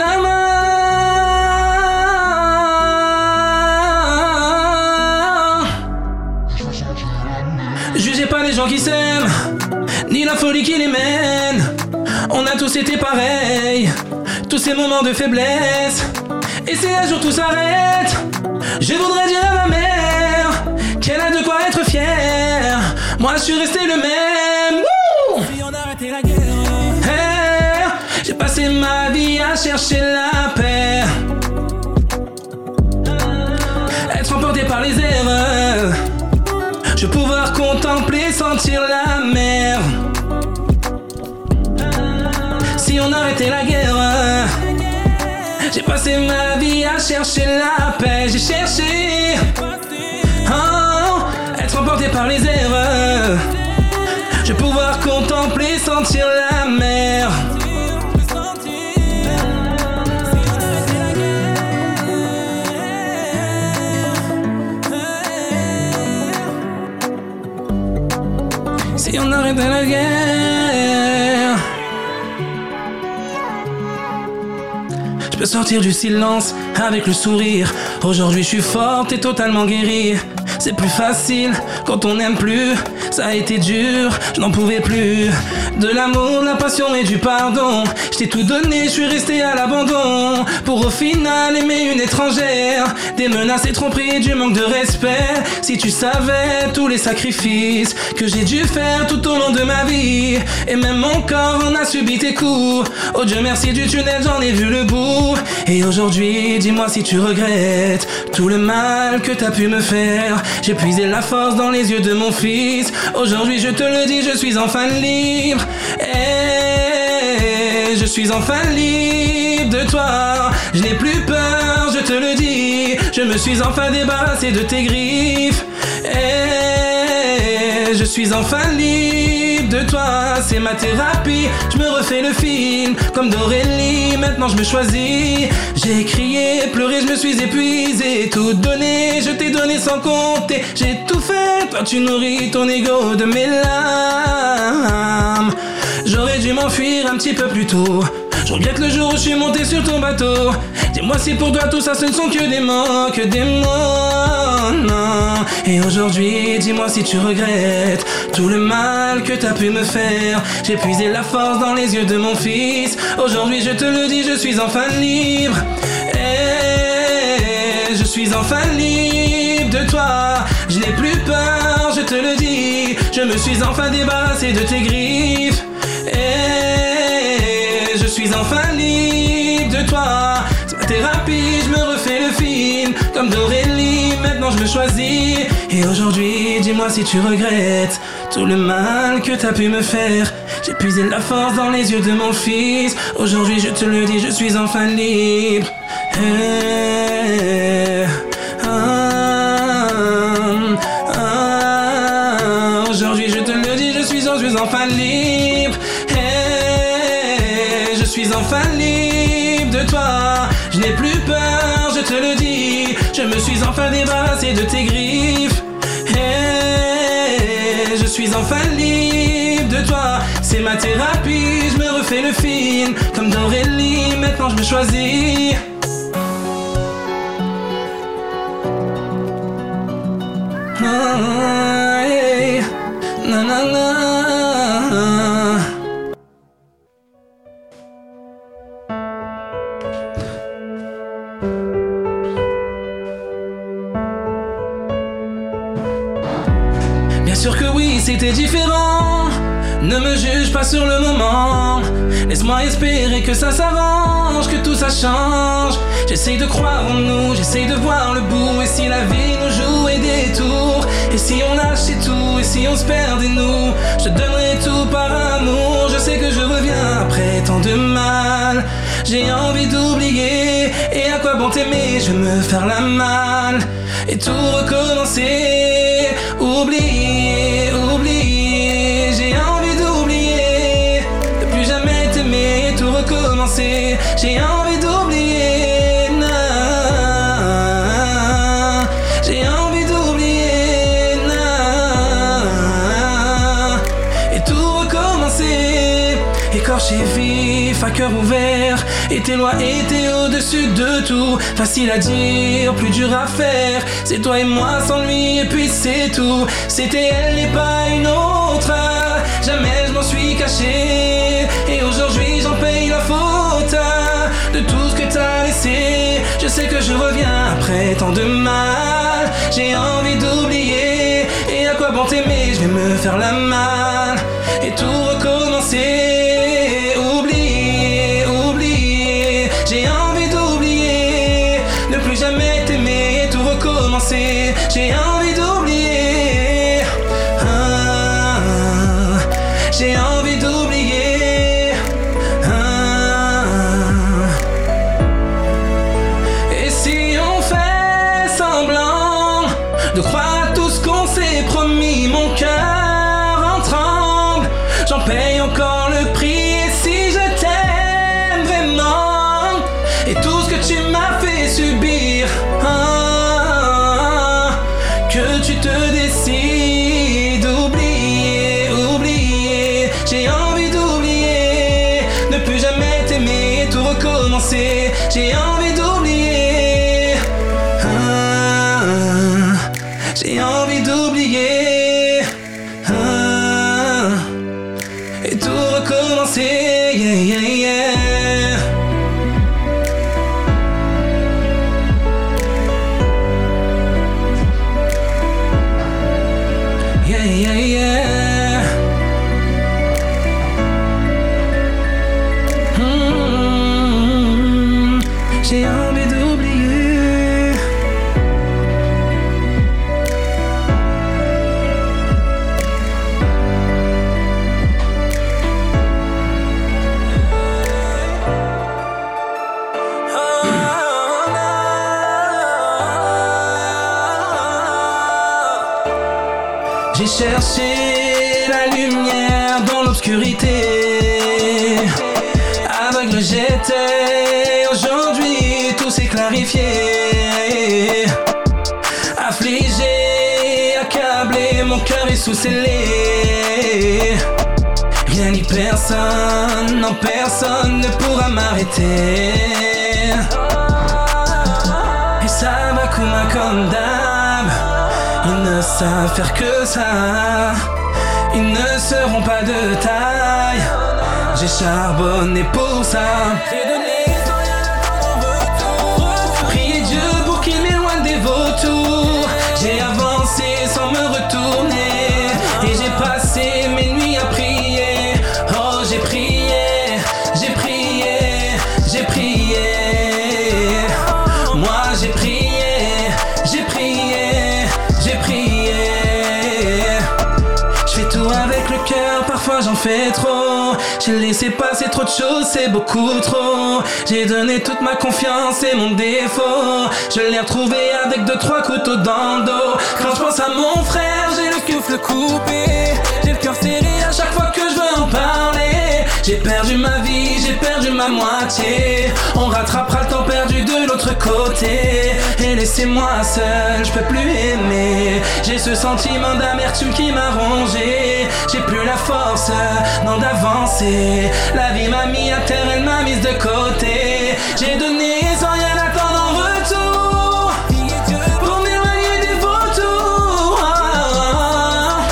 amour. Jugez pas les gens qui s'aiment, ni la folie qui les mène. On a tous été pareils, tous ces moments de faiblesse. Et si un jour tout s'arrête, je voudrais dire à ma mère qu'elle a de quoi être fière. Moi je suis resté le même. Wouh Hey, J'ai passé ma vie à chercher la paix. Être emporté par les erreurs. Je vais pouvoir contempler, sentir la mer. Si on arrêtait la guerre, j'ai passé ma vie à chercher la paix. J'ai cherché oh, être emporté par les erreurs. Je vais pouvoir contempler, sentir la mer. Si on arrêtait la guerre Je peux sortir du silence avec le sourire Aujourd'hui je suis forte et totalement guérie C'est plus facile quand on n'aime plus Ça a été dur, je n'en pouvais plus De l'amour, de la passion et du pardon Je t'ai tout donné, je suis resté à l'abandon Pour au final aimer une étrangère Des menaces et tromperies, du manque de respect Si tu savais tous les sacrifices Que j'ai dû faire tout au long de ma vie Et même mon corps en a subi tes coups Oh Dieu merci du tunnel j'en ai vu le bout Et aujourd'hui dis-moi si tu regrettes Tout le mal que t'as pu me faire J'ai puisé la force dans les yeux de mon fils Aujourd'hui je te le dis je suis enfin libre Et je suis enfin libre de toi Je n'ai plus peur je te le dis Je me suis enfin débarrassé de tes griffes Eh, et je suis enfin libre de toi, c'est ma thérapie. Je me refais le film comme d'Aurélie. Maintenant je me choisis. J'ai crié, pleuré, je me suis épuisé. Tout donné, je t'ai donné sans compter. J'ai tout fait, toi tu nourris ton ego de mes larmes. J'aurais dû m'enfuir un petit peu plus tôt. Je regrette le jour où je suis monté sur ton bateau. Dis-moi si pour toi tout ça ce ne sont que des mots, que des mots. non. Et aujourd'hui, dis-moi si tu regrettes tout le mal que t'as pu me faire. J'ai puisé la force dans les yeux de mon fils. Aujourd'hui, je te le dis, je suis enfin libre. Eh, Et je suis enfin libre de toi. Je n'ai plus peur, je te le dis. Je me suis enfin débarrassé de tes griffes. Et je suis enfin libre de toi. C'est ma thérapie, je me refais le film. Comme Dorélie, maintenant je me choisis. Et aujourd'hui, dis-moi si tu regrettes tout le mal que t'as pu me faire. J'ai puisé la force dans les yeux de mon fils. Aujourd'hui, je te le dis, je suis enfin libre. Eh, ah, ah, Aujourd'hui je te le dis, je suis, je suis enfin libre. Eh, Hey, je suis enfin libre de toi. Je n'ai plus peur, je te le dis. Je me suis enfin débarrassé de tes griffes. Hey, je suis enfin libre de toi. C'est ma thérapie, je me refais le film. Comme d'Aurélie, maintenant je me choisis. Ah, hey, na, na, na. Bien sûr que oui, c'était différent. Ne me juge pas sur le moment. Laisse-moi espérer que ça s'arrange, que tout ça change. J'essaye de croire en nous, j'essaye de voir le bout. Et si la vie nous jouait des tours, et si on lâchait tout, et si on se perdait nous, je donnerai tout par amour. Je sais que je reviens après tant de mal. J'ai envie d'oublier, et à quoi bon t'aimer, je vais me faire la malle. Et tout recommencer, oublier. marcher vif, à cœur ouvert. Était loin, était au-dessus de tout. Facile à dire, plus dur à faire. C'est toi et moi sans lui, et puis c'est tout. C'était elle et pas une autre. Jamais je m'en suis caché. Et aujourd'hui j'en paye la faute de tout ce que t'as laissé. Je sais que je reviens après tant de mal. J'ai envie d'oublier. Et à quoi bon t'aimer Je vais me faire la malle et tout recommencer. Oublier, oublier. J'ai envie d'oublier. Ne plus jamais t'aimer et tout recommencer. J'ai envie d'oublier. Ah, j'ai envie d'oublier. Ah. Et si on fait semblant de croire à tout ce qu'on s'est promis, mon cœur en tremble, j'en paye encore le prix. Et si je t'aime vraiment, et tout ce que tu m'as fait subir, ah, que tu te décides, oublier, oublier, j'ai envie d'oublier, ne plus jamais t'aimer et tout recommencer, j'ai envie d'oublier. Ah, j'ai envie d'oublier Ah, et tout recommencer. yeah, yeah, yeah. Yeah, yeah, yeah. Hmm, J'ai envie d'oublier. Oh, no. J'ai cherché la lumière dans l'obscurité. Aveugle j'étais, aujourd'hui tout s'est clarifié. Affligé, accablé, mon cœur est sous scellé. Rien ni personne, non personne ne pourra m'arrêter. Et ça va comme un comme d'hab. Ils ne savent faire que ça. Ils ne seront pas de taille. J'ai charbonné pour ça. Priez Dieu pour qu'il m'éloigne des vautours. J'ai avancé sans me retourner. Et j'ai passé mes nuits à prier. Oh, j'ai prié, j'ai prié, j'ai prié. Moi, j'ai prié, j'ai prié, j'ai prié. Je fais tout avec le cœur, parfois j'en fais trop. J'ai laissé passer trop de choses, c'est beaucoup trop. J'ai donné toute ma confiance et mon défaut. Je l'ai retrouvé avec deux, trois couteaux dans le dos. Quand je pense à mon frère, j'ai le cuffle coupé. J'ai le cœur serré à chaque fois que je veux en parler. J'ai perdu ma vie, j'ai perdu ma moitié. On rattrapera le temps perdu de l'autre côté. Et laissez-moi seul, je peux plus aimer. J'ai ce sentiment d'amertume qui m'a rongé. J'ai plus la force, euh, non d'avancer. La vie m'a mis à terre, elle m'a mise de côté. J'ai donné sans rien attendre en retour. Pour m'éloigner des vautours. Ah, ah, ah.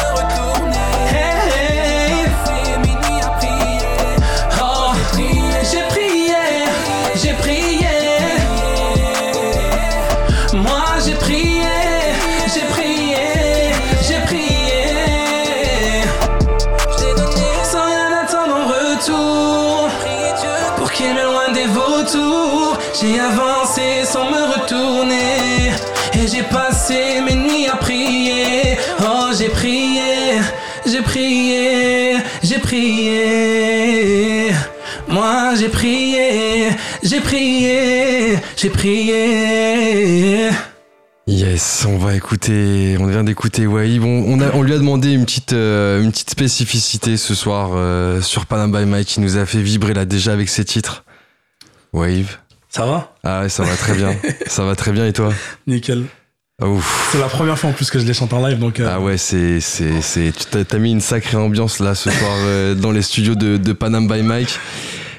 Hey, hey. Oh, j'ai prié, j'ai prié. Moi j'ai prié, j'ai prié, j'ai prié. Sans rien attendre en retour. Pour qu'il me loin des vautours. J'ai avancé sans me retourner. Et j'ai passé mes nuits à prier. Oh, j'ai prié, j'ai prié, j'ai prié. Moi j'ai prié, j'ai prié, j'ai prié. Yes, on va écouter, on vient d'écouter Waïb. On, on a- on lui a demandé une petite, euh, une petite spécificité ce soir euh, sur Panam by Mike qui nous a fait vibrer là déjà avec ses titres. Waïb. Ça va Ah ouais, ça va très bien. ça va très bien et toi Nickel. Ah, Ouf. C'est la première fois en plus que je les chante en live, donc euh, Ah ouais, c'est, c'est, c'est, tu t'as, t'as mis une sacrée ambiance là ce soir euh, dans les studios de, de Panam by Mike.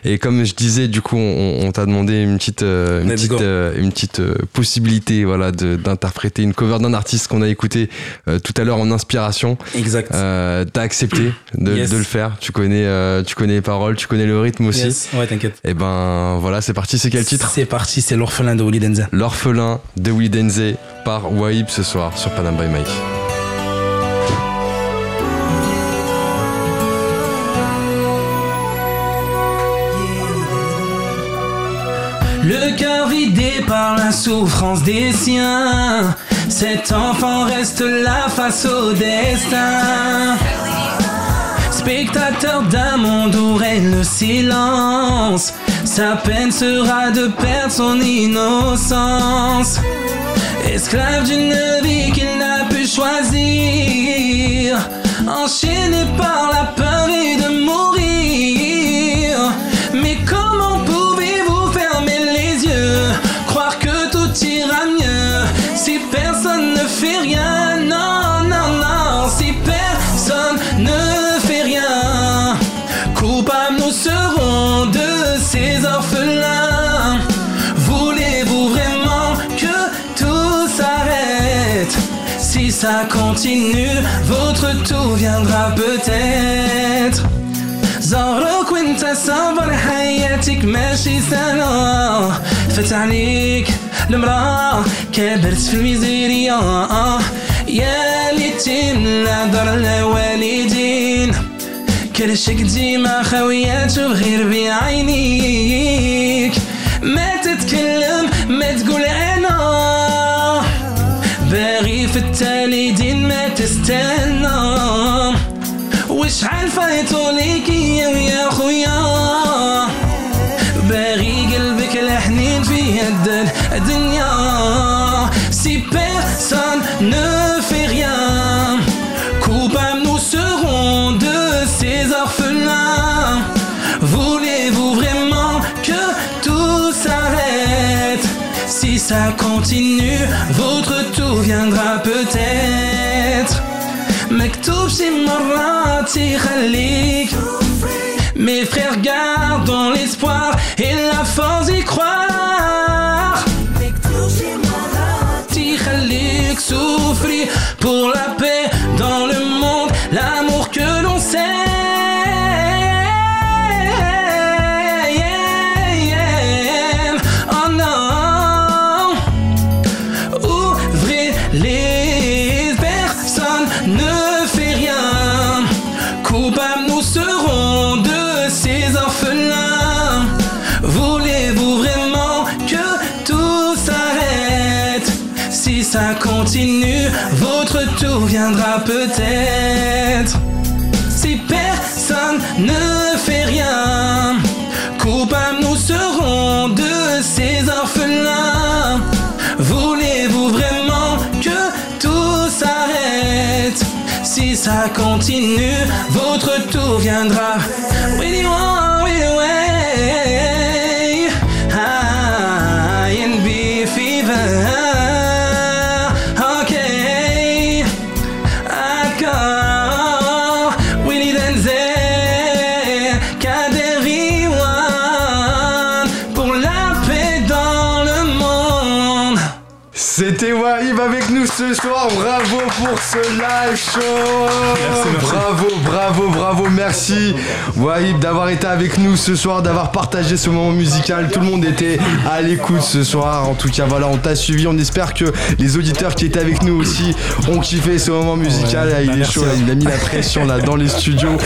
Et comme je disais, du coup, on, on t'a demandé une petite, euh, une Let's petite, go. euh, une petite euh, possibilité, voilà, de- d'interpréter une cover d'un artiste qu'on a écouté euh, tout à l'heure en inspiration. exact. Euh, t'as accepté de, Yes. de le faire. Tu connais, euh, tu connais les paroles, tu connais le rythme aussi. Yes. Ouais, t'inquiète. Et ben voilà, c'est parti. C'est quel titre C'est parti, c'est l'orphelin de Willy Denzel. L'orphelin de Willy Denze par Waib ce soir sur Panam by Mike. Le cœur vidé par la souffrance des siens, cet enfant reste là face au destin. Spectateur d'un monde où règne le silence, sa peine sera de perdre son innocence. Esclave d'une vie qu'il n'a pu choisir, enchaîné par la peur et de mourir. Mais comment pouvez-vous fermer les yeux, croire que tout ira mieux si personne ne fait rien? Non, non, non, si personne ne fait rien, coupables nous serons de ces orphelins. Voulez-vous vraiment que tout s'arrête Si ça continue, votre tour viendra peut-être. زهرك وانت صبر حياتك ماشي سنة فات عليك المرأة كبرت في الميزيريا يا ليتين نهضر لوالدين كرشك ديما خاوياته غير بعينيك ما تتكلم ما تقول انا باغي في التالي دين ما تستنى وشحال فايتو ليك ايام يا خويا باغي قلبك الحنين في هاد الدنيا سي بيرسون نو في rien coupables nous serons de ces orphelins voulez-vous vraiment que tout s'arrête si ça continue votre tour viendra peut-être مكتوب شي مرات يخليك Mes frères gardons l'espoir et la force d'y croire يخليك souffrir pour la paix dans le monde L'amour que l'on sait Oh non Ouvrez les personnes, ne fait rien. Coupables nous serons de ces orphelins. Voulez-vous vraiment que tout s'arrête Si ça continue, votre tour viendra peut-être. Si personne ne fait rien, coupables nous serons de ces orphelins. Voulez-vous vraiment que tout s'arrête Si ça continue, votre tour viendra. Really want, really way. High and be fever. Okay. Accord, Willy Denzel, Kaderi One, pour la paix dans le monde. C'était Wahib avec nous ce soir. Bravo pour ce live show. Bravo, bravo, bravo. Merci Wahib d'avoir été avec nous ce soir, d'avoir partagé ce moment musical. Tout le monde était à l'écoute ce soir. En tout cas, voilà, on t'a suivi. On espère que les auditeurs qui étaient avec nous aussi ont kiffé ce moment musical. Ah, Ouais, il bah, est merci chaud, à là, vous. il a mis la pression là dans les studios.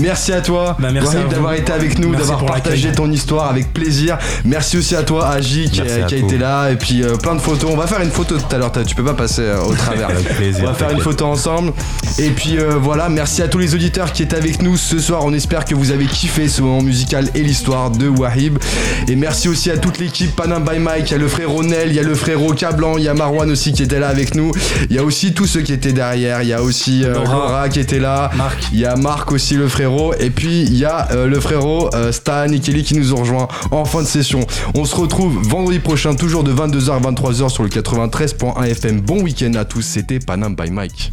Merci à toi Bah, merci à Wahib vous. d'avoir été avec nous, Merci d'avoir pour partagé l'accueil. ton histoire avec plaisir. Merci aussi à toi Agi qui, Merci à qui a vous. été là et puis euh, plein de photos. On va faire une photo tout à l'heure. t'as- Tu peux pas passer. euh, euh, au travers. Avec plaisir. On va faire une t'inquiète. photo ensemble. Et puis euh, voilà, merci à tous les auditeurs qui étaient avec nous ce soir. On espère que vous avez kiffé ce moment musical et l'histoire de Wahib. Et merci aussi à toute l'équipe Panam by Mike. Il y a le frérot Nel, il y a le frérot Cablan, il y a Marwan aussi qui était là avec nous. Il y a aussi tous ceux qui étaient derrière. Il y a aussi euh, Laura. Laura qui était là. Marc. Il y a Marc aussi, le frérot. Et puis, il y a euh, le frérot euh, Stan et Kelly qui nous ont rejoints en fin de session. On se retrouve vendredi prochain, toujours de 22h à 23h sur le 93.1 FM. Bon week-end à tous. C'était Panam by Mike.